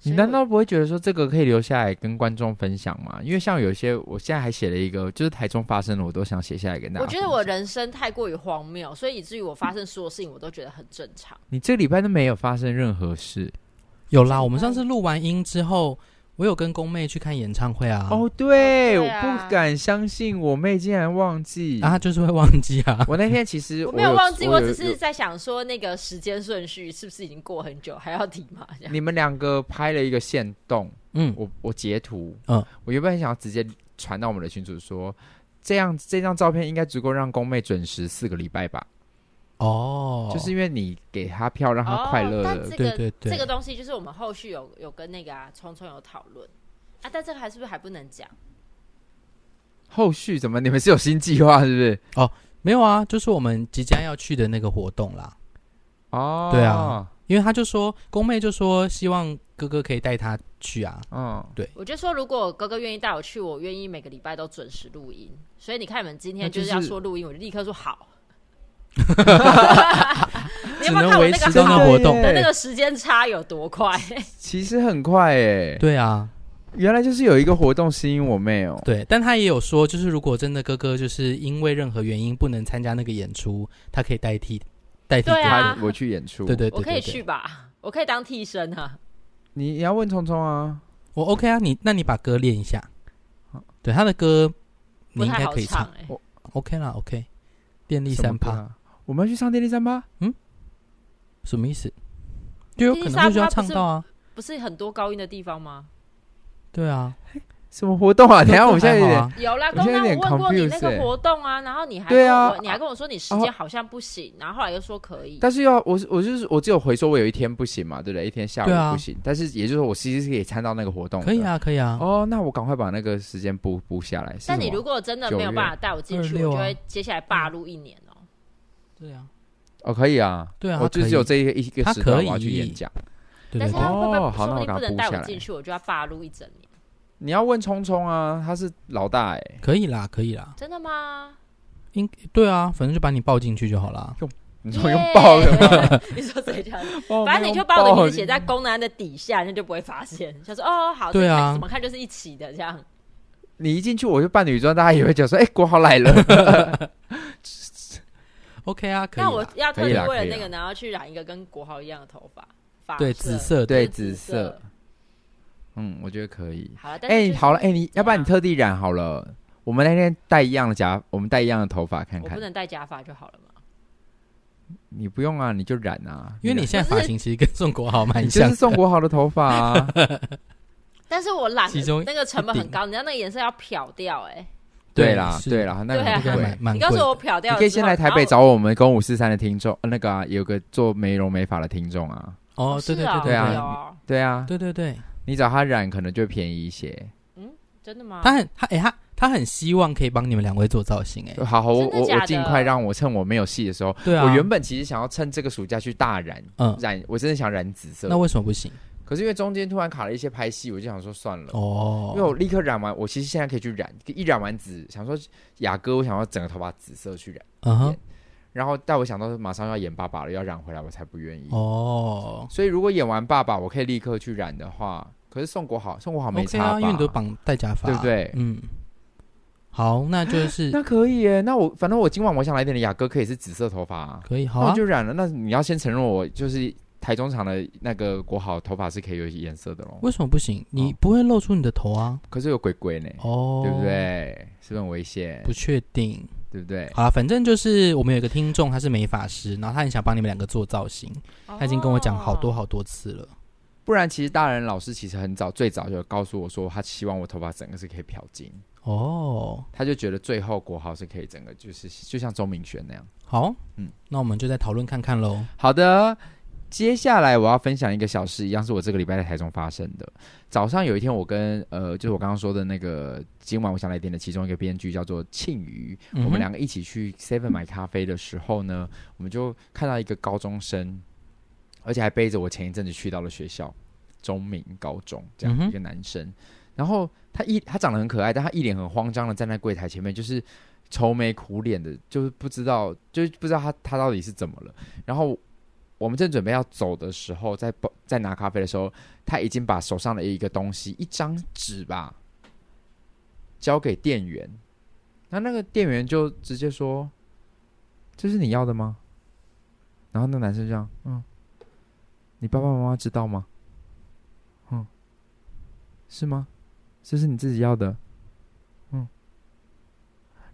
S3: 所
S1: 你
S3: 以
S1: 难
S3: 我
S1: 道不会觉得说这个可以留下来跟观众分享吗？因为像有些，我现在还写了一个，就是台中发生的，我都想写下来跟大家
S3: 我
S1: 分
S3: 觉
S1: 享。
S3: 得我人生太过于荒谬，所以以至于我发生所有事情我都觉得很正常。
S1: 你这个礼拜都没有发生任何事、
S2: 有啦。我们上次录完音之后，我有跟宫妹去看演唱会啊，
S1: 哦，对，
S3: 哦对啊
S1: 我不敢相信我妹竟然忘记。
S2: 啊，她就是会忘记啊。
S1: 我那天其实
S3: 我没有忘记，
S1: 我
S3: 我只
S1: 有
S3: 是在想说那个时间顺序是不是已经过很久，还要提嘛？这样
S1: 你们两个拍了一个线动，
S2: 嗯，
S1: 我我截图，
S2: 嗯
S1: 我原本很想要直接传到我们的群组说，这样这张照片应该足够让宫妹准时四个礼拜吧，
S2: 哦，
S1: 就是因为你给她票让她快乐
S3: 哦、但
S1: 了，
S3: 这
S2: 对
S3: 个
S2: 对对
S3: 这个东西就是我们后续有有跟那个啊聪聪有讨论啊，但这个还是不是还不能讲？
S1: 后续怎么你们是有新计划是不是？
S2: 没有啊，就是我们即将要去的那个活动啦。
S1: 哦，
S2: 对啊，因为他就说，宫妹就说希望哥哥可以带她去啊。
S1: 嗯，
S3: 我就说如果哥哥愿意带我去，我愿意每个礼拜都准时录音。所以你看你们今天
S1: 那就
S3: 就是是要说录音，我就立刻说 好。 你
S2: 只
S3: 有没有
S2: 能
S3: 看我
S2: 维
S3: 那
S2: 持
S3: 个
S2: 到那
S3: 好
S2: 个活动
S1: 真的
S3: 的
S1: 耶
S3: 那个时间差有多快？
S1: 其实很快诶，
S2: 对啊，
S1: 原来就是有一个活动吸引我妹哦，
S2: 对，但他也有说，就是如果真的哥哥就是因为任何原因不能参加那个演出，他可以代替代替哥
S3: 对
S2: 哥。
S3: 啊
S1: 她我去演出，
S2: 对对对
S3: 我可以
S2: 对对
S3: 去吧，我可以当替身啊。
S1: 你你要问聪聪啊，
S2: 我 OK 啊，你那你把歌练一下。对他的歌，你
S3: 不
S2: 应
S3: 太
S2: 该
S3: 好
S2: 可以唱。
S3: 哎、
S1: 我
S2: OK 啦，OK。电力
S1: 第
S2: 三趴
S1: 我们要去上电力三趴。
S2: 什么意思？就有
S3: 第
S2: 可能
S3: 三
S2: 会需要
S3: 趴不
S2: 唱
S3: 是
S2: 到啊。
S3: 不是很多高音的地方吗？
S2: 对啊，
S1: 什么活 动啊？等一下我们现在有
S2: 还
S1: 点
S2: 好啊
S3: 有啦，
S1: 我
S3: 刚
S1: 现在
S3: 刚
S1: 有点
S3: 我问过你那
S1: confused 欸
S3: 个活动啊，然后你还
S1: 对
S3: 跟
S1: 啊
S3: 我你还跟我说你时间好像不行，然后后来又说可以。
S1: 但是要我是我就是我只有回说我有一天不行嘛，对不对？一天下
S2: 对啊
S1: 午不行，但是也就是说我其实是可以参到那个活动，
S2: 可以。啊，可以啊。
S1: 哦，那我赶快把那个时间补补下来。是
S3: 但你
S1: 什么
S3: 如果真的没有办法带我进去，
S2: 九月
S3: 我就
S2: 26
S3: 会
S2: 啊
S3: 接下来霸录一年哦、
S2: 对啊，
S1: 哦可以啊，
S2: 对啊
S1: 我
S2: 他
S1: 就
S2: 可以
S1: 只有这一个一个
S2: 他
S1: 时段
S2: 可
S1: 我
S2: 以
S1: 要去演讲。
S2: 对
S3: 但
S2: 对
S3: 是
S2: 对
S3: 他。会不会
S1: 哦好那
S3: 说不
S1: 我
S3: 定
S1: 赶
S3: 不
S1: 快
S3: 能
S1: 补
S3: 带
S1: 下
S3: 我
S1: 来
S3: 进去，我就要霸录一整年。哦
S1: 你要问聪聪啊，他是老大哎、
S2: 可以啦，可以啦，
S3: 真的吗？
S2: 应对啊，反正就把你抱进去就好啦。
S1: 你说用爆的吗？
S3: 的， 你说谁这样？
S1: 哦
S3: 反正你就把
S1: 没有
S3: 我的
S1: 爆
S3: 名字写在公男的底下，那就不会发现。 想说哦，好，
S2: 对啊
S3: 这看怎么看就是一起的这样。
S1: 你一进去我就扮女装，大家也会讲说，哎、国豪来了。
S2: OK 啊，可以
S3: 但我
S2: 啦。
S3: 要特
S1: 可以
S3: 别
S1: 啦
S3: 为了
S1: 可以啦
S3: 那个，然后去染一个跟国豪一样的头发，发
S2: 对
S3: 色
S2: 紫色的，
S1: 对，
S3: 紫
S1: 紫
S3: 色
S1: 色。嗯，我觉得可以。
S3: 好了，但
S1: 哎、
S3: 是啊就是
S1: 好了，哎、你
S3: 样
S1: 要不然你特地染好了。我们那天戴一样的假，我们戴一样的头发看
S3: 我
S1: 看
S3: 不。能戴假发就好了嘛。
S1: 你不用啊，你就染啊，
S2: 因为你
S1: 染
S2: 现在发型其实跟宋国 豪蛮
S1: 你就
S2: 像
S1: 是
S2: 的，
S1: 宋国豪的头发 啊。
S3: 但是我懒得，
S2: 其中
S3: 那个成本
S2: 一
S3: 很
S2: 顶
S3: 高，你知道那个颜色要漂掉哎、
S1: 对啦，
S2: 是
S1: 对啦，那
S3: 对
S1: 个
S3: 啊
S1: 很
S2: 那个
S1: 贵
S2: 蛮。蛮
S3: 你
S2: 贵
S3: 告诉我
S2: 的。
S3: 我漂
S1: 你
S3: 掉了之后，
S1: 可以先来台北
S3: 然后
S1: 找我们公五四三的听众，呃那个啊，有个做美容美发的听众啊。
S2: 哦，
S3: 是
S2: 对对对
S3: 哦
S1: 对啊
S3: 有嗯
S2: 对
S3: 哦
S1: 对啊，
S2: 对对对，
S1: 你找他染可能就会便宜一些。
S3: 真的吗？
S2: 他很他哎他他很希望可以帮你们两位做造型哎，
S1: 好好，我
S3: 真的
S1: 我
S3: 假
S1: 我
S3: 的
S1: 尽快让我趁我没有戏的时候，
S2: 对啊，
S1: 我原本其实想要趁这个暑假去大染
S2: 嗯，
S1: 染，我真的想染紫色
S2: 那，为什么不行？
S1: 可是因为中间突然卡了一些拍戏，我就想说算了。因为
S2: 哦，
S1: 我立刻染完，我其实现在可以去染，一染完紫，想说雅哥，我想要整个头发紫色去染，
S2: 嗯哼，
S1: 然后但我想到马上要演爸爸了，要染回来，我才不愿意。
S2: 哦
S1: 所以如果演完爸爸，我可以立刻去染的话，可是宋国豪，宋国豪没
S2: ，OK
S1: 差吧、
S2: 啊，因为你都绑戴假发，
S1: 对不？对？
S2: 嗯，好，那就是
S1: 那可以耶，那我反正我今晚我想来点的雅哥可以是紫色头发、啊，
S2: 可以，好
S1: 那
S2: 啊
S1: 我就，染了。那你要先承认我就是台中场的那个国豪头发是可以有颜色的咯，
S2: 为什么不行？你不会露出你的头啊？
S1: 可是有鬼鬼呢，哦
S2: 哦，
S1: 对不？对？是不是很危险
S2: 不，确定，
S1: 对不对？
S2: 好啦，反正就是我们有一个听众，他是美发师，然后他很想帮你们两个做造型，他已经跟我讲好多
S3: 哦。
S2: 好多次了。
S1: 不然其实大人老师其实很早最早就告诉我说，他希望我头发整个是可以漂金，
S2: 哦，
S1: 他就觉得最后国豪是可以整个就是就像周明轩那样。
S2: 好，
S1: 嗯
S2: 嗯，那我们就再讨论看看喽。
S1: 好的，接下来我要分享一个小事，一样是我这个礼拜在台中发生的。早上有一天，我跟呃，就是我刚刚说的那个今晚我想来点的其中一个编剧叫做庆余，
S2: 嗯哼
S1: 我们两个一起去 Seven 买咖啡的时候呢，我们就看到一个高中生，而且还背着我前一阵子去到了学校中明高中这样、
S2: 嗯哼
S1: 一个男生，然后他一他长得很可爱，但他一脸很慌张的站在柜台前面，就是愁眉苦脸的，就是不知道就是不知道他他到底是怎么了。然后我们正准备要走的时候，在包在拿咖啡的时候，他已经把手上的一个东西，一张纸吧，交给店员。那那个店员就直接说：“这是你要的吗？”然后那男生就这样，嗯，你爸爸妈妈知道吗？嗯，是吗？这是你自己要的，嗯。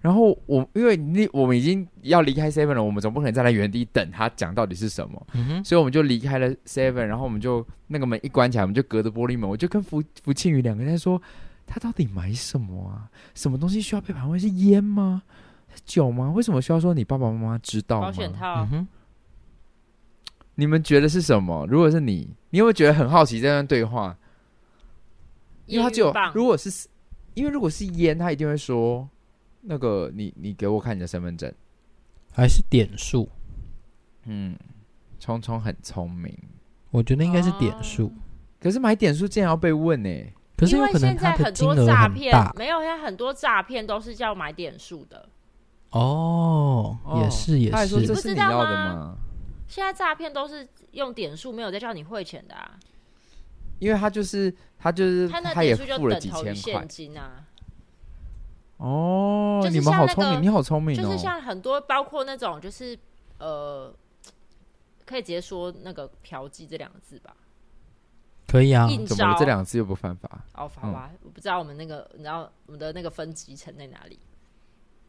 S1: 然后我因为你我们已经要离开 Seven 了，我们总不可能站在原地等他讲到底是什么。
S2: 嗯哼，
S1: 所以我们就离开了 Seven，然后我们就那个门一关起来，我们就隔着玻璃门，我就跟福福庆宇两个人在说，他到底买什么啊？什么东西需要被盘问？是烟吗？是酒吗？为什么需要说你爸爸妈妈知道吗
S3: 保？险套
S2: 嗯，哼，
S1: 你们觉得是什么？如果是你，你有没有觉得很好奇这段对话？因为他只
S3: 烟
S1: 有
S3: 雨棒
S1: 如果是因为如果是烟，他一定会说那个你你给我看你的身份证。
S2: 还是点数，
S1: 嗯，聪聪很聪明，
S2: 我觉得应该是点数。
S3: 哦
S1: 可是买点数竟然要被问欸呢、
S2: 可是
S3: 因
S2: 有
S3: 为
S2: 可能
S3: 现
S2: 他
S3: 在
S2: 的金
S3: 多
S2: 额
S3: 诈
S2: 很
S3: 骗
S2: 大
S3: 没有，现在很多诈骗都是叫买点数的。
S2: 哦，也是也
S1: 他还说这
S2: 是，
S1: 是你要的吗？
S3: 现在诈骗都是用点数，没有再叫你汇钱的啊。
S1: 因为他就是他就是
S3: 他那
S1: 也
S3: 点数就
S1: 付了
S3: 等
S1: 几
S3: 同
S1: 千
S3: 于
S1: 块
S3: 现金啊，
S1: 哦
S3: 就，是
S1: 你们好
S3: 像那
S1: 聪明，
S3: 个
S1: 你好聪明
S3: 就是
S1: 哦。
S3: 像很多包括那种就是呃，可以直接说那个嫖妓这两个字吧，
S2: 可以啊。
S3: 应
S1: 怎么
S3: 招
S1: 了？这两个字又不犯法？
S3: 哦，好吧，我不知道我们那个你知道我们的那个分级层在哪里。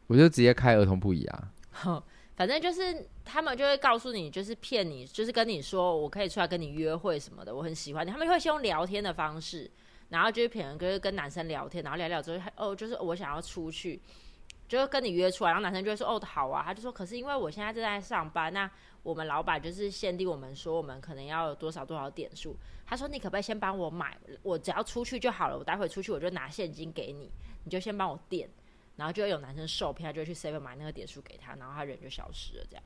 S1: 我就直接开儿童不宜啊！
S3: 哼，反正就是他们就会告诉你，就是骗你，就是跟你说我可以出来跟你约会什么的，我很喜欢你。他们会先用聊天的方式，然后就是可能就是跟男生聊天，然后聊聊之后，他哦，就是我想要出去，就是跟你约出来，然后男生就会说哦好啊，他就说可是因为我现在正在上班，那我们老板就是限定我们说我们可能要有多少多少点数，他说你可不可以先帮我买，我只要出去就好了，我待会出去我就拿现金给你，你就先帮我垫。然后就会有男生受骗，他就会去 Seven 买那个点数给他，然后他人就消失了。这样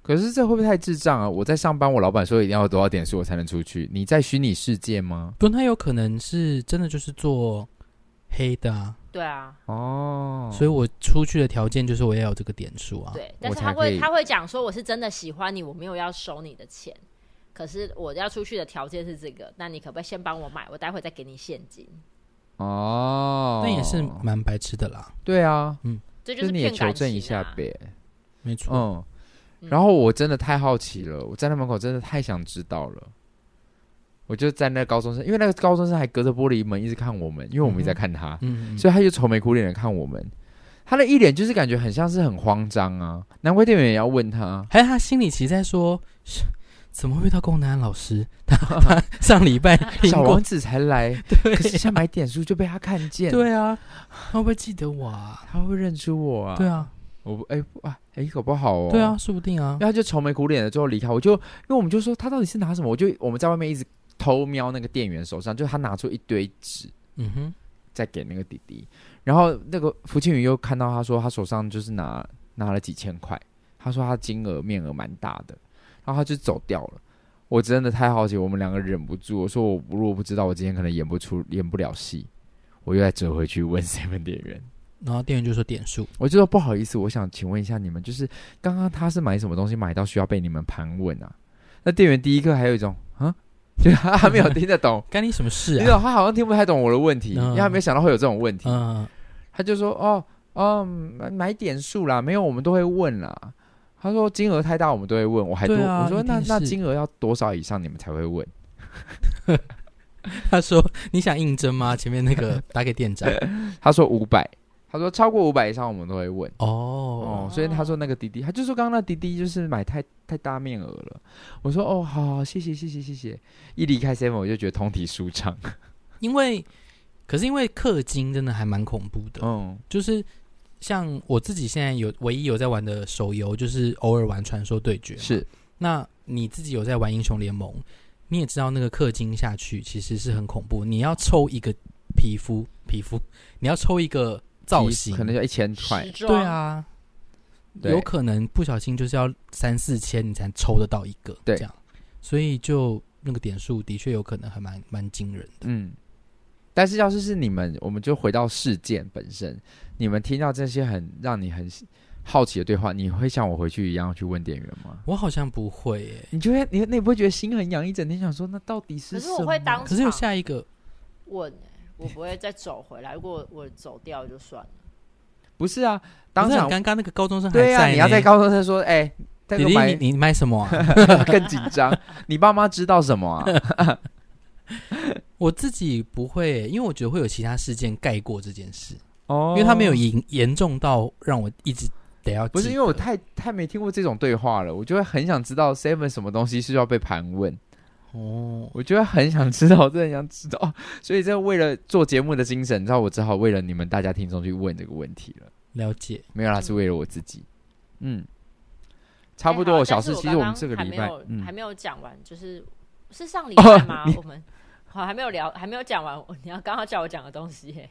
S1: 可是这会不会太智障啊？我在上班，我老板说一定要有多少点数我才能出去？你在虚拟世界吗？
S2: 不，他有可能是真的就是做黑的啊，
S3: 对啊，
S1: 哦，
S2: 所以我出去的条件就是我要有这个点数啊。
S3: 对，但是
S1: 才
S3: 他
S1: 可以
S3: 会他会讲说我是真的喜欢你，我没有要收你的钱，可是我要出去的条件是这个，那你可不可以先帮我买？我待会再给你现金。
S1: 哦，
S2: 那也是蛮白痴的啦，
S1: 对啊，
S3: 这
S1: 就是是你也
S3: 骗
S1: 求
S3: 感情、
S1: 证
S3: 啊、
S1: 一下呗。
S2: 没错。
S1: 嗯，
S3: 嗯
S1: 然后我真的太好奇了，我站在门口真的太想知道了。我就在那个高中生，因为那个高中生还隔着玻璃门一直看我们，因为我们一直在看他，
S2: 嗯，嗯
S1: 所以他就愁眉苦脸的看我们。他的一脸就是感觉很像是很慌张啊，难怪店员也要问他。
S2: 还有他心里其实在说， 是怎么会遇到龚南安老师？他他上礼拜听
S1: 小
S2: 过
S1: 王，子才来， 可是想买点数就被他看见，，
S2: 对啊，他会不会记得我啊？
S1: 他会认出我啊。
S2: 对，啊，
S1: 我不哎不啊哎，搞不好哦。
S2: 对啊，说不定啊
S1: 然。后他就愁眉苦脸的，最后离开。我就因为我们就说他到底是拿什么，我就我们在外面一直偷瞄那个店员手上，就他拿出一堆纸
S2: 嗯哼，
S1: 再给那个弟弟，然后那个福庆宇又看到他说他手上就是拿拿了几千块，他说他金额面额蛮大的，然后他就走掉了。我真的太好奇，我们两个忍不住，我说我如果不知道，我今天可能演不出演不了戏，我又再折回去问 seven 店员。
S2: 然后店员就说点数，
S1: 我就说不好意思，我想请问一下你们，就是刚刚他是买什么东西买到需要被你们盘问啊？那店员第一刻还有一种啊，就是他还没有听得懂，
S2: 干你什么事
S1: 你知
S2: 啊？
S1: 道他好像听不太懂我的问题，
S2: 嗯
S1: 因为他没有想到会有这种问题，
S2: 嗯，
S1: 他就说哦哦买买点数啦，没有我们都会问啦。他说金额太大我们都会问，我还多、
S2: 对啊
S1: 我说
S2: 一定
S1: 那那
S2: 是
S1: 金额要多少以上你们才会问？
S2: 他说你想应征吗？前面 那个打给店长。
S1: 他说五百，他说超过五百以上我们都会问。
S2: 哦，
S1: 哦，所以他说那个滴滴，他就说刚刚那滴滴就是买太太大面额了。我说哦，好好，谢谢谢谢谢谢。一离开 seven 我就觉得通体舒畅。
S2: 因为可是因为氪金真的还蛮恐怖的，
S1: 嗯，
S2: 就是像我自己现在有唯一有在玩的手游，就是偶尔玩《传说对决》。
S1: 是，
S2: 那你自己有在玩英雄联盟，你也知道那个氪金下去其实是很恐怖。你要抽一个皮肤皮肤，你要抽一个造型，
S1: 可能要一千块
S3: 时，装
S2: 对，啊，
S1: 对
S2: 有可能不小心就是要三四千你才抽得到一个，
S1: 对
S2: 这样，所以就那个点数的确有可能还蛮蛮惊人的。
S1: 嗯。但是要是是你们，我们就回到事件本身。你们听到这些很让你很好奇的对话，你会像我回去一样去问店员吗？
S2: 我好像不会耶，
S1: 你就会，你你不会觉得心很痒，一整天想说那到底是
S3: 可
S1: 什
S3: 是
S1: 么？
S3: 我会当
S2: 可是有
S3: 场
S2: 下一个
S3: 问欸，我不会再走回来。如果我走掉就算了，
S1: 不是啊，
S2: 不
S1: 当
S2: 是很
S1: 场
S2: 尴尬，那个高中生还
S1: 对啊，
S2: 在，
S1: 你要在。高中生说，哎、在
S2: 弟
S1: 这
S2: 弟，
S1: 买
S2: 你你买什么啊？
S1: 更紧张。你爸妈知道什么啊？
S2: 我自己不会耶，因为我觉得会有其他事件盖过这件事。
S1: 哦
S2: 因为他没有严严重到让我一直得要记得。
S1: 不是因为我太太没听过这种对话了，我就会很想知
S2: 嗯
S1: 道 Seven 什么东西是要被盘问，
S2: 哦，
S1: 我就会很想知道，我真的很想知道。 所以这为了做节目的精神，你知道，我只好为了你们大家听众去问这个问题了。
S2: 了解，
S1: 没有啦，
S3: 嗯
S1: 是为了我自己。嗯，差不
S3: 哎
S1: 多。
S3: 好
S1: 小
S3: 但是
S1: 事，
S3: 我
S1: 其实我
S3: 刚
S1: 们
S3: 刚
S1: 这个
S3: 还
S1: 礼
S3: 没
S1: 拜
S3: 有，还
S1: 嗯，哦
S3: 没有讲完，就是是上 礼拜吗？
S1: 你
S3: 我们好还没有聊，还没有讲完。 我你要刚刚叫我讲的东西耶，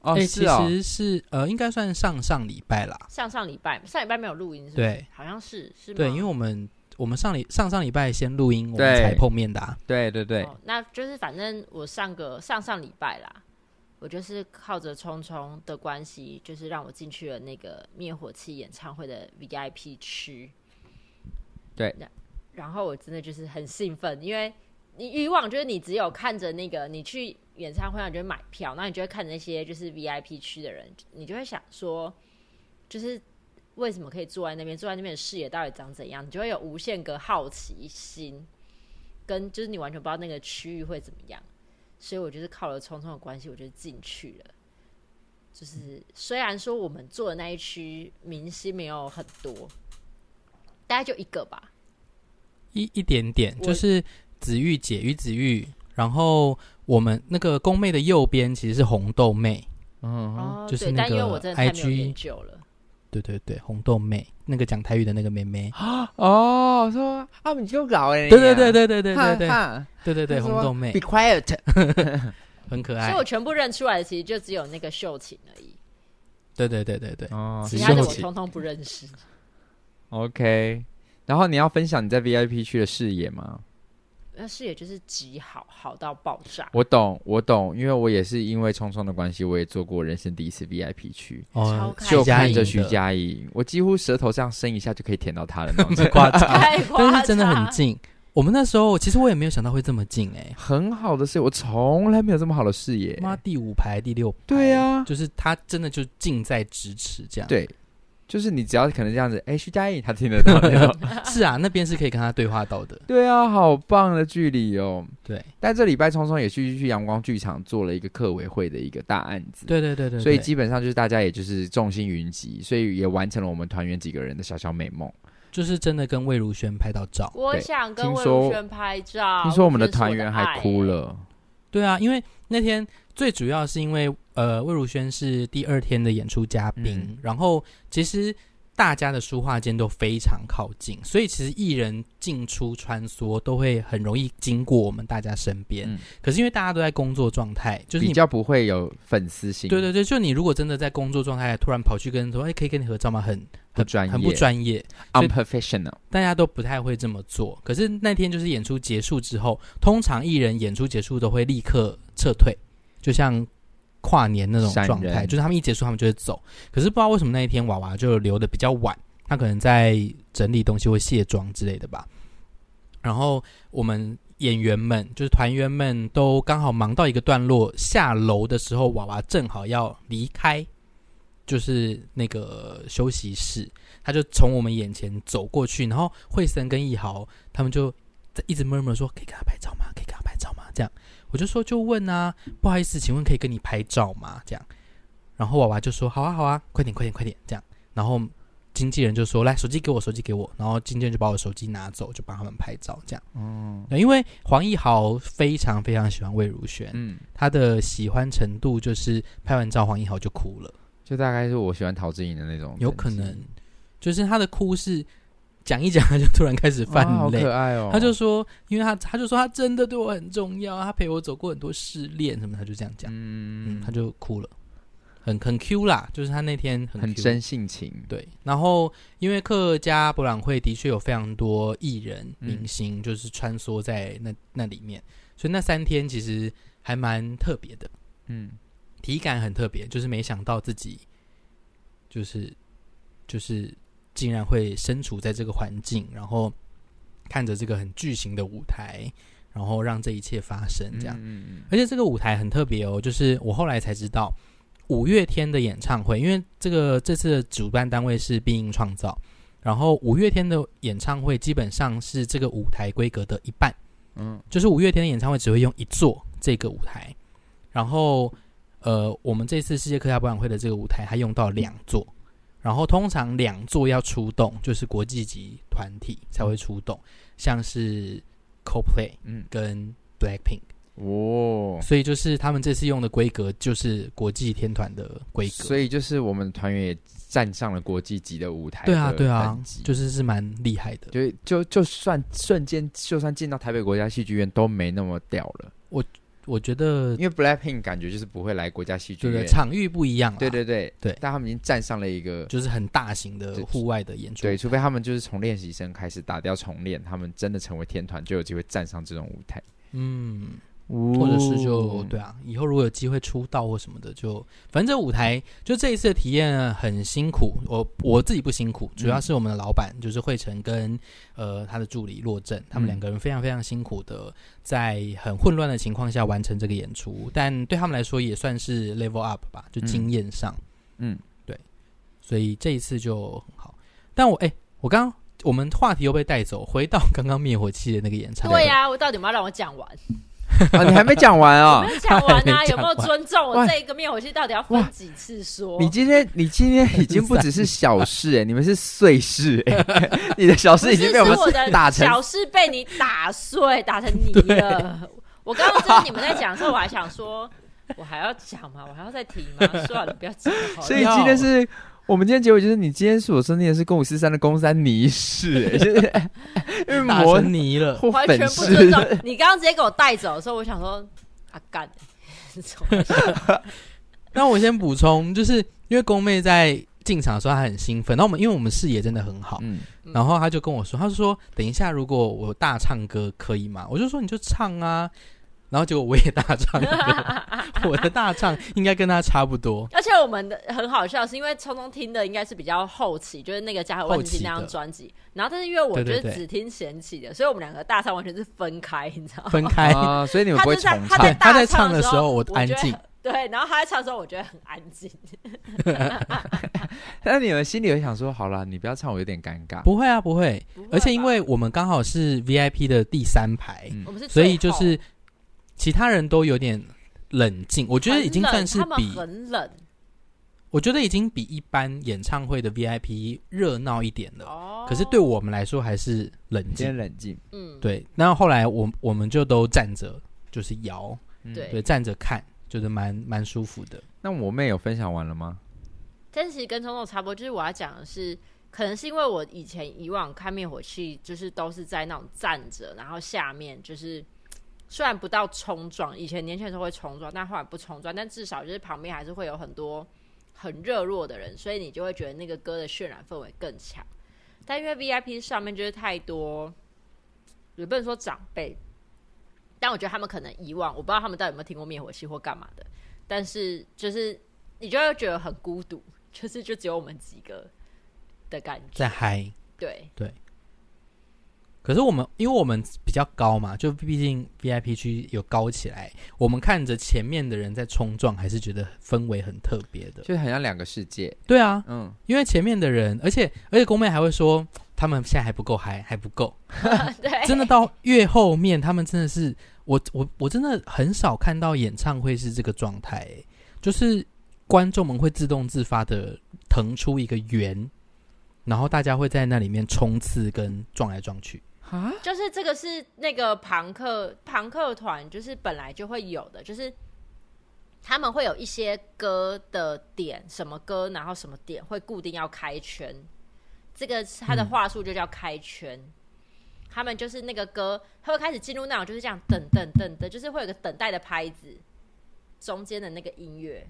S1: 哦，
S2: 哎
S1: 是啊、
S2: 其实是呃，应该算上上礼拜啦。
S3: 上上礼拜上礼拜没有录音，是不是
S2: 对，
S3: 好像是是吗
S2: 对，因为我们我们上礼上上礼拜先录音，我们
S1: 对
S2: 才碰面的、啊。
S1: 对对对，
S3: 哦，那就是反正我上个上上礼拜啦，我就是靠着聪聪的关系，就是让我进去了那个灭火器演唱会的 VIP 区。
S1: 对
S3: 那，然后我真的就是很兴奋，因为你以往就是你只有看着那个你去演唱会，你就会买票，那你就会看着那些就是 VIP 区的人，你就会想说，就是为什么可以坐在那边，坐在那边的视野到底长怎样，你就会有无限个好奇心。跟就是你完全不知道那个区域会怎么样，所以我就是靠了匆匆的关系，我就进去了。就是虽然说我们做的那一区明星没有很多，大概就一个吧，
S2: 一一点点，
S3: 我
S2: 就是子玉姐与子玉，然后我们那个宫妹的右边其实是红豆妹，
S1: 嗯哼，
S3: 哦
S2: 就
S3: 对，
S2: 是那
S3: 但因为
S2: 个
S3: 我真的太没有
S2: IG
S3: 研究了，
S2: 对对对，红豆妹那个讲台语的那个妹妹，
S1: 啊哦，说啊，你就搞哎，
S2: 对对对对对对
S1: 哈
S2: 对哎对
S1: 哈
S2: 对对对，
S1: 他说
S2: 红豆妹
S1: Be quiet，
S2: 很可
S3: 所
S2: 爱
S3: 以我，全部认出来的其实就只有那个秀琴而已，
S2: 对对对对对，
S1: 哦
S3: 其
S2: 只
S3: 他的
S2: 秀
S3: 我
S2: 琴
S3: 通通不认识。
S1: OK，然后你要分享你在 VIP 区的视野吗？
S3: 那视野就是极好，好到爆 炸。
S1: 我懂，我懂，因为我也是因为匆匆的关系，我也做过人生第一次 VIP 区，
S2: 哦，
S3: 超
S1: 就
S2: 徐佳
S1: 看着
S2: 莹
S1: 徐
S2: 的
S1: 佳莹，我几乎舌头这样伸一下就可以舔到她的那 种，
S2: 夸张，
S3: 太夸张
S2: 但是真的很近。我们那时候其实我也没有想到会这么近哎、
S1: 很好的视野，我从来没有这么好的视野。
S2: 妈第五排第六排，
S1: 对啊
S2: 就是他真的就近在咫尺 这样。，
S1: 对，就是你只要可能这样子，哎，徐佳莹她听得到那 种
S2: 是啊，那边是可以跟他对话到的。
S1: 对啊，好棒的距离哦。
S2: 对，
S1: 但这礼拜匆匆也去去阳光剧场做了一个客委会的一个大案子，
S2: 对对对对，
S1: 所以
S2: 对
S1: 基本上就是大家也就是众星云集，所以也完成了我们团员几个人的小小美梦。
S2: 就是真的跟魏如萱拍到照。
S3: 我
S1: 对
S3: 想跟
S1: 听
S3: 魏
S1: 说
S3: 如萱拍照，
S1: 听说我们的
S3: 这是
S1: 团员还
S3: 爱
S1: 哭了，
S2: 对啊，因为那天最主要是因为呃，魏如萱是第二天的演出嘉宾，
S1: 嗯
S2: 然后其实大家的书画间都非常靠近，所以其实艺人进出穿梭都会很容易经过我们大家身边。
S1: 嗯
S2: 可是因为大家都在工作状态，就是
S1: 比
S2: 你
S1: 较不会有粉丝心。
S2: 对对对，就你如果真的在工作状态突然跑去跟人说，哎，可以跟你合照吗？很
S1: 不专业
S2: 很不专业，
S1: ，unprofessional。
S2: 大家都不太会这么做。可是那天就是演出结束之后，通常艺人演出结束都会立刻撤退，就像跨年那种
S1: 闪
S2: 状态，
S1: 人
S2: 就是他们一结束他们就会走。可是不知道为什么那一天娃娃就留的比较晚，他可能在整理东西或卸妆之类的吧。然后我们演员们就是团员们都刚好忙到一个段落，下楼的时候娃娃正好要离开，就是那个休息室，他就从我们眼前走过去，然后惠森跟易豪他们就在一直 murmur 说可以跟他拍照吗？可以跟他拍照吗？这样我就说就问啊，不好意思，请问可以跟你拍照吗？这样，然后娃娃就说好啊好啊，快点快点快点这样，然后经纪人就说：“来，手机给我，手机给我。”然后经纪人就把我手机拿走，就帮他们拍照这样。
S1: 嗯
S2: 对，因为黄义豪非常非常喜欢魏如萱，
S1: 嗯，
S2: 他的喜欢程度就是拍完照黄义豪就哭了，
S1: 就大概是我喜欢陶晶莹的那种，
S2: 有可能就是他的哭是讲一讲他就突然开始
S1: 啊
S2: 泛
S1: 好
S2: 泪。
S1: 可爱哦。
S2: 他就说，因为他他就说他真的对我很重要，他陪我走过很多失恋什么，他就这样讲，嗯，
S1: 嗯
S2: 他，就哭了，很很 Q 啦，就是他那天很
S1: 很
S2: Q
S1: 真性情，
S2: 对，然后因为客家博览会的确有非常多艺人、
S1: 嗯
S2: 明星，就是穿梭在那那里面，所以那三天其实还蛮特别的，
S1: 嗯，
S2: 体感很特别，就是没想到自己就是就是竟然会身处在这个环境，然后看着这个很巨型的舞台，然后让这一切发生这样。
S1: 嗯
S2: 而且这个舞台很特别哦，就是我后来才知道，五月天的演唱会，因为这个这次的主办单位是必应创造，然后五月天的演唱会基本上是这个舞台规格的一半，
S1: 嗯
S2: 就是五月天的演唱会只会用一座这个舞台，然后呃，我们这次世界客家博览会的这个舞台还用到两座，然后通常两座要出动，就是国际级团体才会出动，像是 Coldplay
S1: 嗯
S2: 跟 Blackpink。
S1: 嗯，哦，
S2: 所以就是他们这次用的规格就是国际天团的规格。
S1: 所以就是我们团员也站上了国际级的舞台的
S2: 对啊，
S1: 等级，
S2: 对啊，就是是蛮厉害的。
S1: 就就就算瞬间，就算进到台北国家戏剧院都没那么屌了，
S2: 我觉得
S1: 因为 Blackpink 感觉就是不会来国家戏剧
S2: 对
S1: 院，
S2: 对，场域不一样啦
S1: 对对对
S2: 对
S1: 但他们已经站上了一个，
S2: 就是很大型的
S1: 对
S2: 户外的演出。
S1: 对，除非他们就是从练习生开始打掉重练，他们真的成为天团，就有机会站上这种舞台，哦
S2: 嗯，
S1: 或
S2: 或者是就对啊，以后如果有机会出道或什么的，就反正这舞台就这一次的体验很辛苦，我我自己不辛苦，
S1: 嗯
S2: 主要是我们的老板、就是惠成跟呃他的助理洛正，他们
S1: 嗯
S2: 两个人非常非常辛苦的在很混乱的情况下完成这个演出，但对他们来说也算是 level up 吧，就经验上，
S1: 嗯，
S2: 对，所以这一次就很好。但我哎、我刚我们话题又被带走，回到 刚刚灭火器的那个演唱会，
S3: 对呀、我到底有没有让我讲完？
S1: 啊，你还没讲完啊、
S3: 没有 讲完啊，
S2: 还没
S3: 有
S2: 讲
S3: 没
S2: 完
S3: 有尊重我
S1: 哇
S3: 这一个灭火器到底要分几次说？
S1: 你今天，你今天已经不只是小事哎、你们是碎事哎、 你的小
S3: 不
S1: 事已经
S3: 是，
S1: 被
S3: 是
S1: 我们
S3: 我的
S1: 打成
S3: 小事被你打碎，打成泥了。我刚刚知道你们在讲的时候，我还想说，我还要讲吗？我还要再提吗？ 算了，不要讲好了。
S1: 所以今天是我们今天结尾就是你今天所生念的是公五四三的公三泥式、欸，就是 因为
S2: 打
S1: 磨
S2: 成泥了。
S1: 或
S3: 完全
S1: 粉
S3: 不尊
S1: 饰，
S3: 重。你刚刚直接给我带走的时候，我想说啊干，
S2: 那我先补充，就是因为宫妹在进场的时候，她很兴奋。那我们因为我们视野真的很好，
S1: 嗯，
S3: 嗯
S2: 然后她就跟我说，她说等一下如果我大唱歌可以吗？我就说你就唱啊。然后结果我也大唱歌， 我的大唱应该跟她差不多。
S3: 而且我们的很好笑，是因为聪聪听的应该是比较后期，就是那个《家和万事兴》那
S2: 后
S3: 张
S2: 期的
S3: 专辑，然后但是因为我
S2: 对
S3: 就
S2: 对
S3: 是
S2: 对
S3: 只听前期的，所以我们两个大唱完全是分开，你知道吗？
S2: 分开，
S1: 啊，所以你们
S3: 他
S1: 不会
S3: 就
S1: 重
S3: 在他
S1: 唱
S2: 对
S3: 哦在，大
S2: 他在唱的时
S3: 时
S2: 候
S3: 我
S2: 我安
S3: 觉得
S2: 静
S3: 很。对，然后他在唱的时候，我觉得很安静。
S1: 但你们心里会想说，好了，你不要唱，我有点尴尬，
S2: 不会啊，不会。
S3: 不会吧
S2: 而且因为我们刚好是 VIP 的第三排，
S1: 嗯
S3: 我们是最
S2: 所
S3: 后，
S2: 以就是其他人都有点冷静。我
S3: 我
S2: 觉得已经算是
S3: 他们
S2: 比
S3: 很冷
S2: 我觉得已经比一般演唱会的 VIP 热闹一点了，
S3: 哦。
S2: 呃可是对，我们来说还是冷
S1: 今
S2: 静
S1: 天。冷静，
S3: 嗯，
S2: 对，那后来我我们就都站着，就是摇，
S1: 嗯
S3: 对
S2: 对，站着看，就是蛮蛮舒服的。
S1: 那我妹有分享完了吗？
S3: 但其实跟聪聪差不多，就是我要讲的是，可能是因为我以前以往看灭火器，就是都是在那种站着，然后下面就是虽然不到冲撞，以前年轻的时候会冲撞，但后来不冲撞，但至少就是旁边还是会有很多很热络的人，所以你就会觉得那个歌的渲染氛围更强。但因为 VIP 上面就是太多，也不能说长辈，但我觉得他们可能以往我不知道他们到底有没有听过灭火器或干嘛的，但是就是你就会觉得很孤独，就是就只有我们几个的感
S2: 在
S3: 觉。
S2: 嗨，
S3: 对，
S2: 可是我们因为我们比较高嘛，就毕竟 VIP 区有高起来，我们看着前面的人在冲撞，还是觉得氛围很特别的。
S1: 就是很像两个世界，
S2: 对啊，
S1: 嗯，
S2: 因为前面的人，而且而且宫妹还会说他们现在还不够嗨，还不够。
S3: 对，
S2: 真的到越后面，他们真的是我我我真的很少看到演唱会是这个状态、欸就是观众们会自动自发的腾出一个圆，然后大家会在那里面冲刺跟撞来撞去。
S1: 啊，
S3: 就是这个是那个庞克庞克团，就是本来就会有的，就是他们会有一些歌的点，什么歌，然后什么点会固定要开圈，这个是他的话术就叫开圈。他们就是那个歌，他会开始进入那种就是这样等等等等，就是会有个等待的拍子，中间的那个音乐，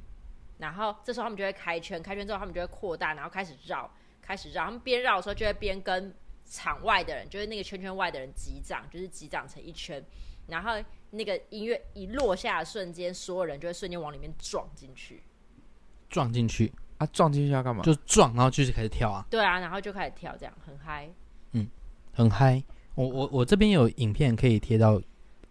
S3: 然后这时候他们就会开圈，开圈之后他们就会扩大，然后开始绕，开始绕，他们边绕的时候就会边跟场外的人，就是那个圈圈外的人击掌，就是击掌成一圈，然后那个音乐一落下的瞬间，所有人就会瞬间往里面撞进去。
S2: 撞进去
S1: 啊，撞进去要干嘛？
S2: 就撞，然后就是开始跳啊，
S3: 对啊，然后就开始跳，这样很嗨。
S2: 很嗨。我我我这边有影片可以贴到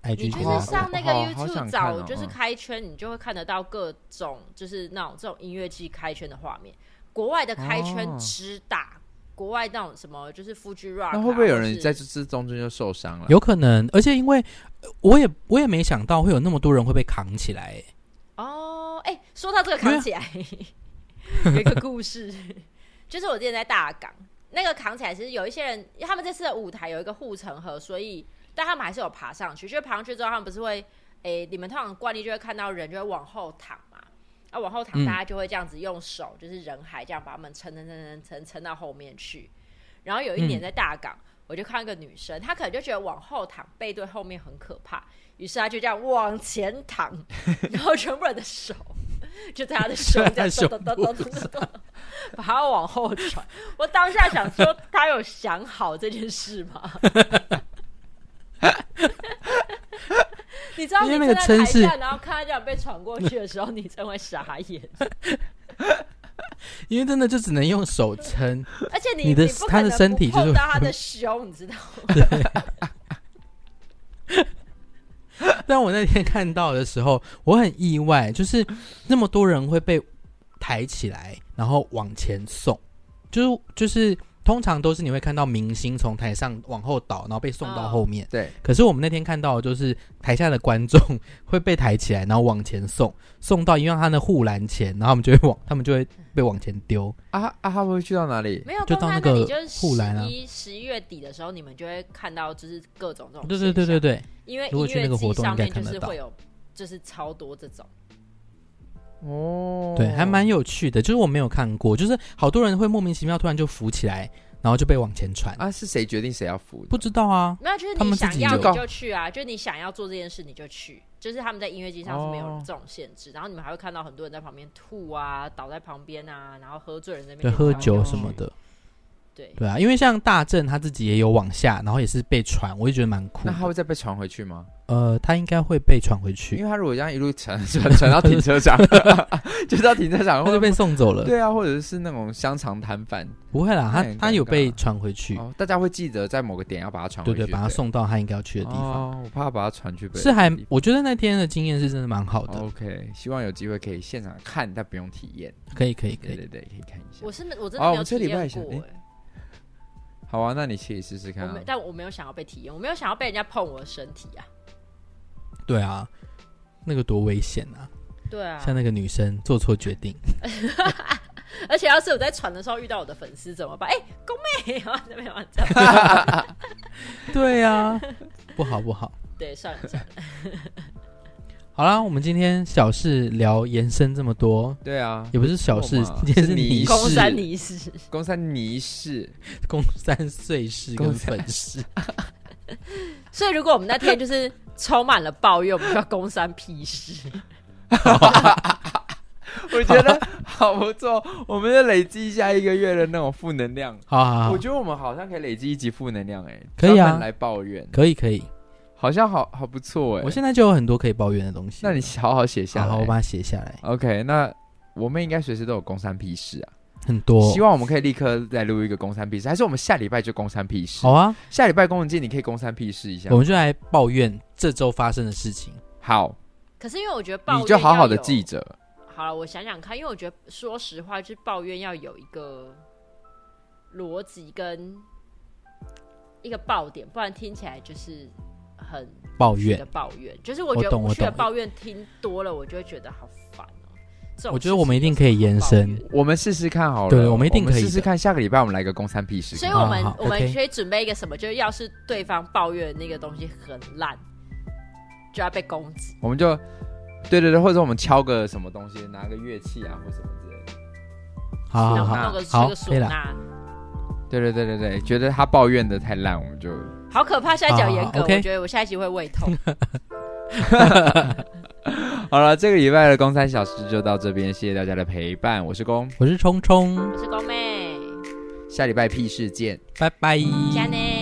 S3: 你就
S2: IG 上面
S3: 是
S1: 哇
S3: 上那个
S1: 哎好好
S3: YouTube
S1: 想
S3: 找，
S1: 看哦
S3: 就是
S1: 嗯
S3: 开圈，你就会看得到各种就是那种这种音乐季开圈的画面。国外的开圈
S1: 哦
S3: 之大，国外那种什么就是 Fuji Rock，、啊、
S1: 那会不会有
S3: 或
S1: 人
S3: 是
S1: 在这之中间就受伤了？
S2: 有可能，而且因为呃我也我也没想到会有那么多人会被扛起来、欸
S3: 哦，哎、说到这个
S1: 啊
S2: 因为
S3: 扛起来， 有一个故事，就是我之前在大港那个扛起来，其实有一些人，因为他们这次的舞台有一个护城河，所以但他们还是有爬上去。就是爬上去之后，他们不是会，哎、你们通常惯例就会看到人就会往后躺嘛，啊，往后躺，
S2: 嗯
S3: 大家就会这样子用手，就是人海这样把他们撑撑撑撑撑撑到后面去。然后有一年
S2: 嗯
S3: 在大港，我就看到一个女生，她可能就觉得往后躺背对后面很可怕，于是她就这样往前躺， 然后全部人的手就在她的手这样
S2: 就在
S3: 咚咚
S2: 她
S3: 咚咚咚咚咚 把她往后传。我当下想说，她有想好这件事吗？你知道
S2: 因为
S3: 你
S2: 那个
S3: 站在台
S2: 撑是
S3: 下，然后看她这样被传过去的时候，你真会傻眼。
S2: 因为真的就只能用手撑，
S3: 而且你
S2: 你的
S3: 你不可
S2: 他的
S3: 能
S2: 身
S3: 不
S2: 体就
S3: 碰
S2: 是
S3: 到他 的胸，你知道吗？
S2: 但我那天看到的时候，我很意外，就是
S1: 嗯
S2: 那么多人会被抬起来，然后往前送，就是就是通常都是你会看到明星从台上往后倒，然后被送到后面。
S1: 对，
S2: 可是我们那天看到的就是台下的观众会被抬起来，然后往前送，送到因为他的护栏前，然后他们就会往他们就会被往前丢。
S1: 啊啊，他会去到哪里？
S3: 没有，
S2: 就
S3: 公
S2: 到
S3: 开
S2: 那个
S3: 你就是
S2: 护栏啊
S3: 十一十一月底的时候，你们就会看到就是各种
S1: 嗯
S3: 这种。
S2: 对对对对，对，
S3: 因为
S2: 如
S3: 音
S2: 果去那
S3: 乐
S2: 个
S3: 季
S2: 活动
S3: 上面
S2: 应该
S3: 就
S2: 看得
S3: 是
S2: 到
S3: 会有，就是超多这种。
S1: 哦，
S2: 对，还蛮有趣的，就是我没有看过，就是好多人会莫名其妙突然就浮起来，然后就被往前传，
S1: 啊，是谁决定谁要扶？
S2: 不知道啊。
S3: 没有，就是
S2: 他
S3: 你
S2: 们自
S3: 想
S2: 己
S3: 要
S2: 有
S3: 你就去啊，就是你想要做这件事你就去，就是他们在音乐季上是没有
S1: 哦
S3: 这种限制，然后你们还会看到很多人在旁边吐啊，倒在旁边啊，然后喝醉人在那
S2: 对，
S3: 边
S2: 喝
S3: 跳来跳
S2: 酒
S3: 去
S2: 什么，
S1: 啊
S2: 的，
S3: 对，
S2: 对啊，因为像大正他自己也有往下，然后也是被传，我就觉得蛮酷
S1: 那他
S2: 的。
S1: 会再被传回去吗？
S2: 呃，他应该会被传回
S1: 因
S2: 去，
S1: 为他如果这样一路传 传传到停车场， 就到停车场，
S2: 他
S1: 或
S2: 就
S1: 者
S2: 被送走了。
S1: 对啊，或者是那种香肠摊贩。
S2: 不会啦，
S1: 那
S2: 他
S1: 也很
S2: 他
S1: 尴
S2: 有
S1: 尬
S2: 被传回去，
S1: 哦，大家会记得在某个点要把它传回去，
S2: 对对，把他送到他应该要
S1: 去
S2: 去的地方。
S1: 哦，我怕把它传去别的
S2: 是还
S1: 地方，
S2: 我觉得那天的经验是真的蛮好的，
S1: OK，希望有机会可以现场看，但不用体验。
S2: 可以可以可
S1: 对
S2: 以。
S1: 对对，可以看一下
S3: 我。是没我真
S1: 哦
S3: 的没
S1: 我
S3: 有
S1: 这
S3: 体
S1: 礼拜
S3: 验
S1: 想
S3: 过、
S1: 诶
S3: 欸
S1: 好啊，那你可以试试看
S3: 我
S1: 啊
S3: 没，。但我没有想要被体验，我没有想要被人家碰我的身体啊。
S2: 对啊，那个多危险啊！
S3: 对啊，
S2: 像那个女生做错决 定，
S3: 而且要是我在传的时候遇到我的粉丝怎么办？哎、宫妹，然后那边玩这样，
S2: 对啊，不好不好。
S3: 对，算了算了，
S2: 好啦，我们今天小事聊延伸这么多，
S1: 对啊，
S2: 也不是小事
S1: 不错嘛，
S2: 今天是
S1: 是
S2: 你
S1: 你
S3: 公
S1: 公
S2: 事
S1: 山
S3: 山泥是
S1: 公山泥 市，
S2: 公三碎事跟粉事，
S3: 所以如果我们那天就是充满了抱怨，我们就要公山屁事。
S1: 我觉得 好不错，我们就累积下一个月的那种负能量。
S2: 好好好
S1: 我，觉得我们好像可以累积一集负能量、欸，哎，
S2: 啊可以啊
S1: 来抱怨，
S2: 可以可以，
S1: 好像好好不错、欸，
S2: 我现在就有很多可以抱怨的东西。
S1: 那你好好写下
S2: 好
S1: 来。
S2: 好，我把它写下来，
S1: OK，那我们应该随时都有公山屁事啊。
S2: 很多
S1: 希。望我们可以立刻再录一个公山屁事，还是我们下礼拜就公山屁事？
S2: 好啊，
S1: 下礼拜工人节你可以公山屁事一下
S2: 我。们就来抱怨这周发生的事情。
S1: 好，
S3: 可是因为我觉得抱怨
S1: 你就好好的
S3: 要有
S1: 记。着。
S3: 好了，我想想看，因为我觉得说实话，就是抱怨要有一个逻辑跟一个爆点，不然听起来就是很
S2: 抱
S3: 无趣的
S2: 怨，
S3: 抱怨。就是我觉
S2: 我
S3: 得
S2: 懂
S3: 无趣
S2: 我
S3: 的
S2: 懂
S3: 抱怨听多了，我就会觉得好烦哦、这种
S2: 我觉得我们一
S3: 事情
S2: 定可以延
S3: 有什么好抱
S2: 伸
S3: 怨。
S1: 我们试试看好了。
S2: 对我们一定可以的
S1: 试试看。下个礼拜我们来个公三屁事。
S3: 所以我们、
S2: 啊好好
S3: 我们
S2: OK
S3: 可以准备一个什么，就是要是对方抱怨那个东西很烂，就要被攻击。
S1: 我们就对对对，或者我们敲个什么东西，拿个乐器啊，或什么之类的。
S2: 好
S3: 然后
S2: 好好
S1: 那
S3: 弄个这
S2: 好
S3: 个
S2: 可以
S3: 唢
S2: 了
S3: 呐，
S1: 对对对对对，觉得他抱怨的太烂，我们 就
S3: 好可怕！下一集好严格，
S2: 好，OK
S3: 我觉得我下一集会胃痛。
S1: 好了。这个礼拜的公三小时就到这边，谢谢大家的陪伴，我是公，
S2: 我是冲冲，
S3: 我是光妹，
S1: 下礼拜屁事见。
S2: 拜拜。
S3: 加呢。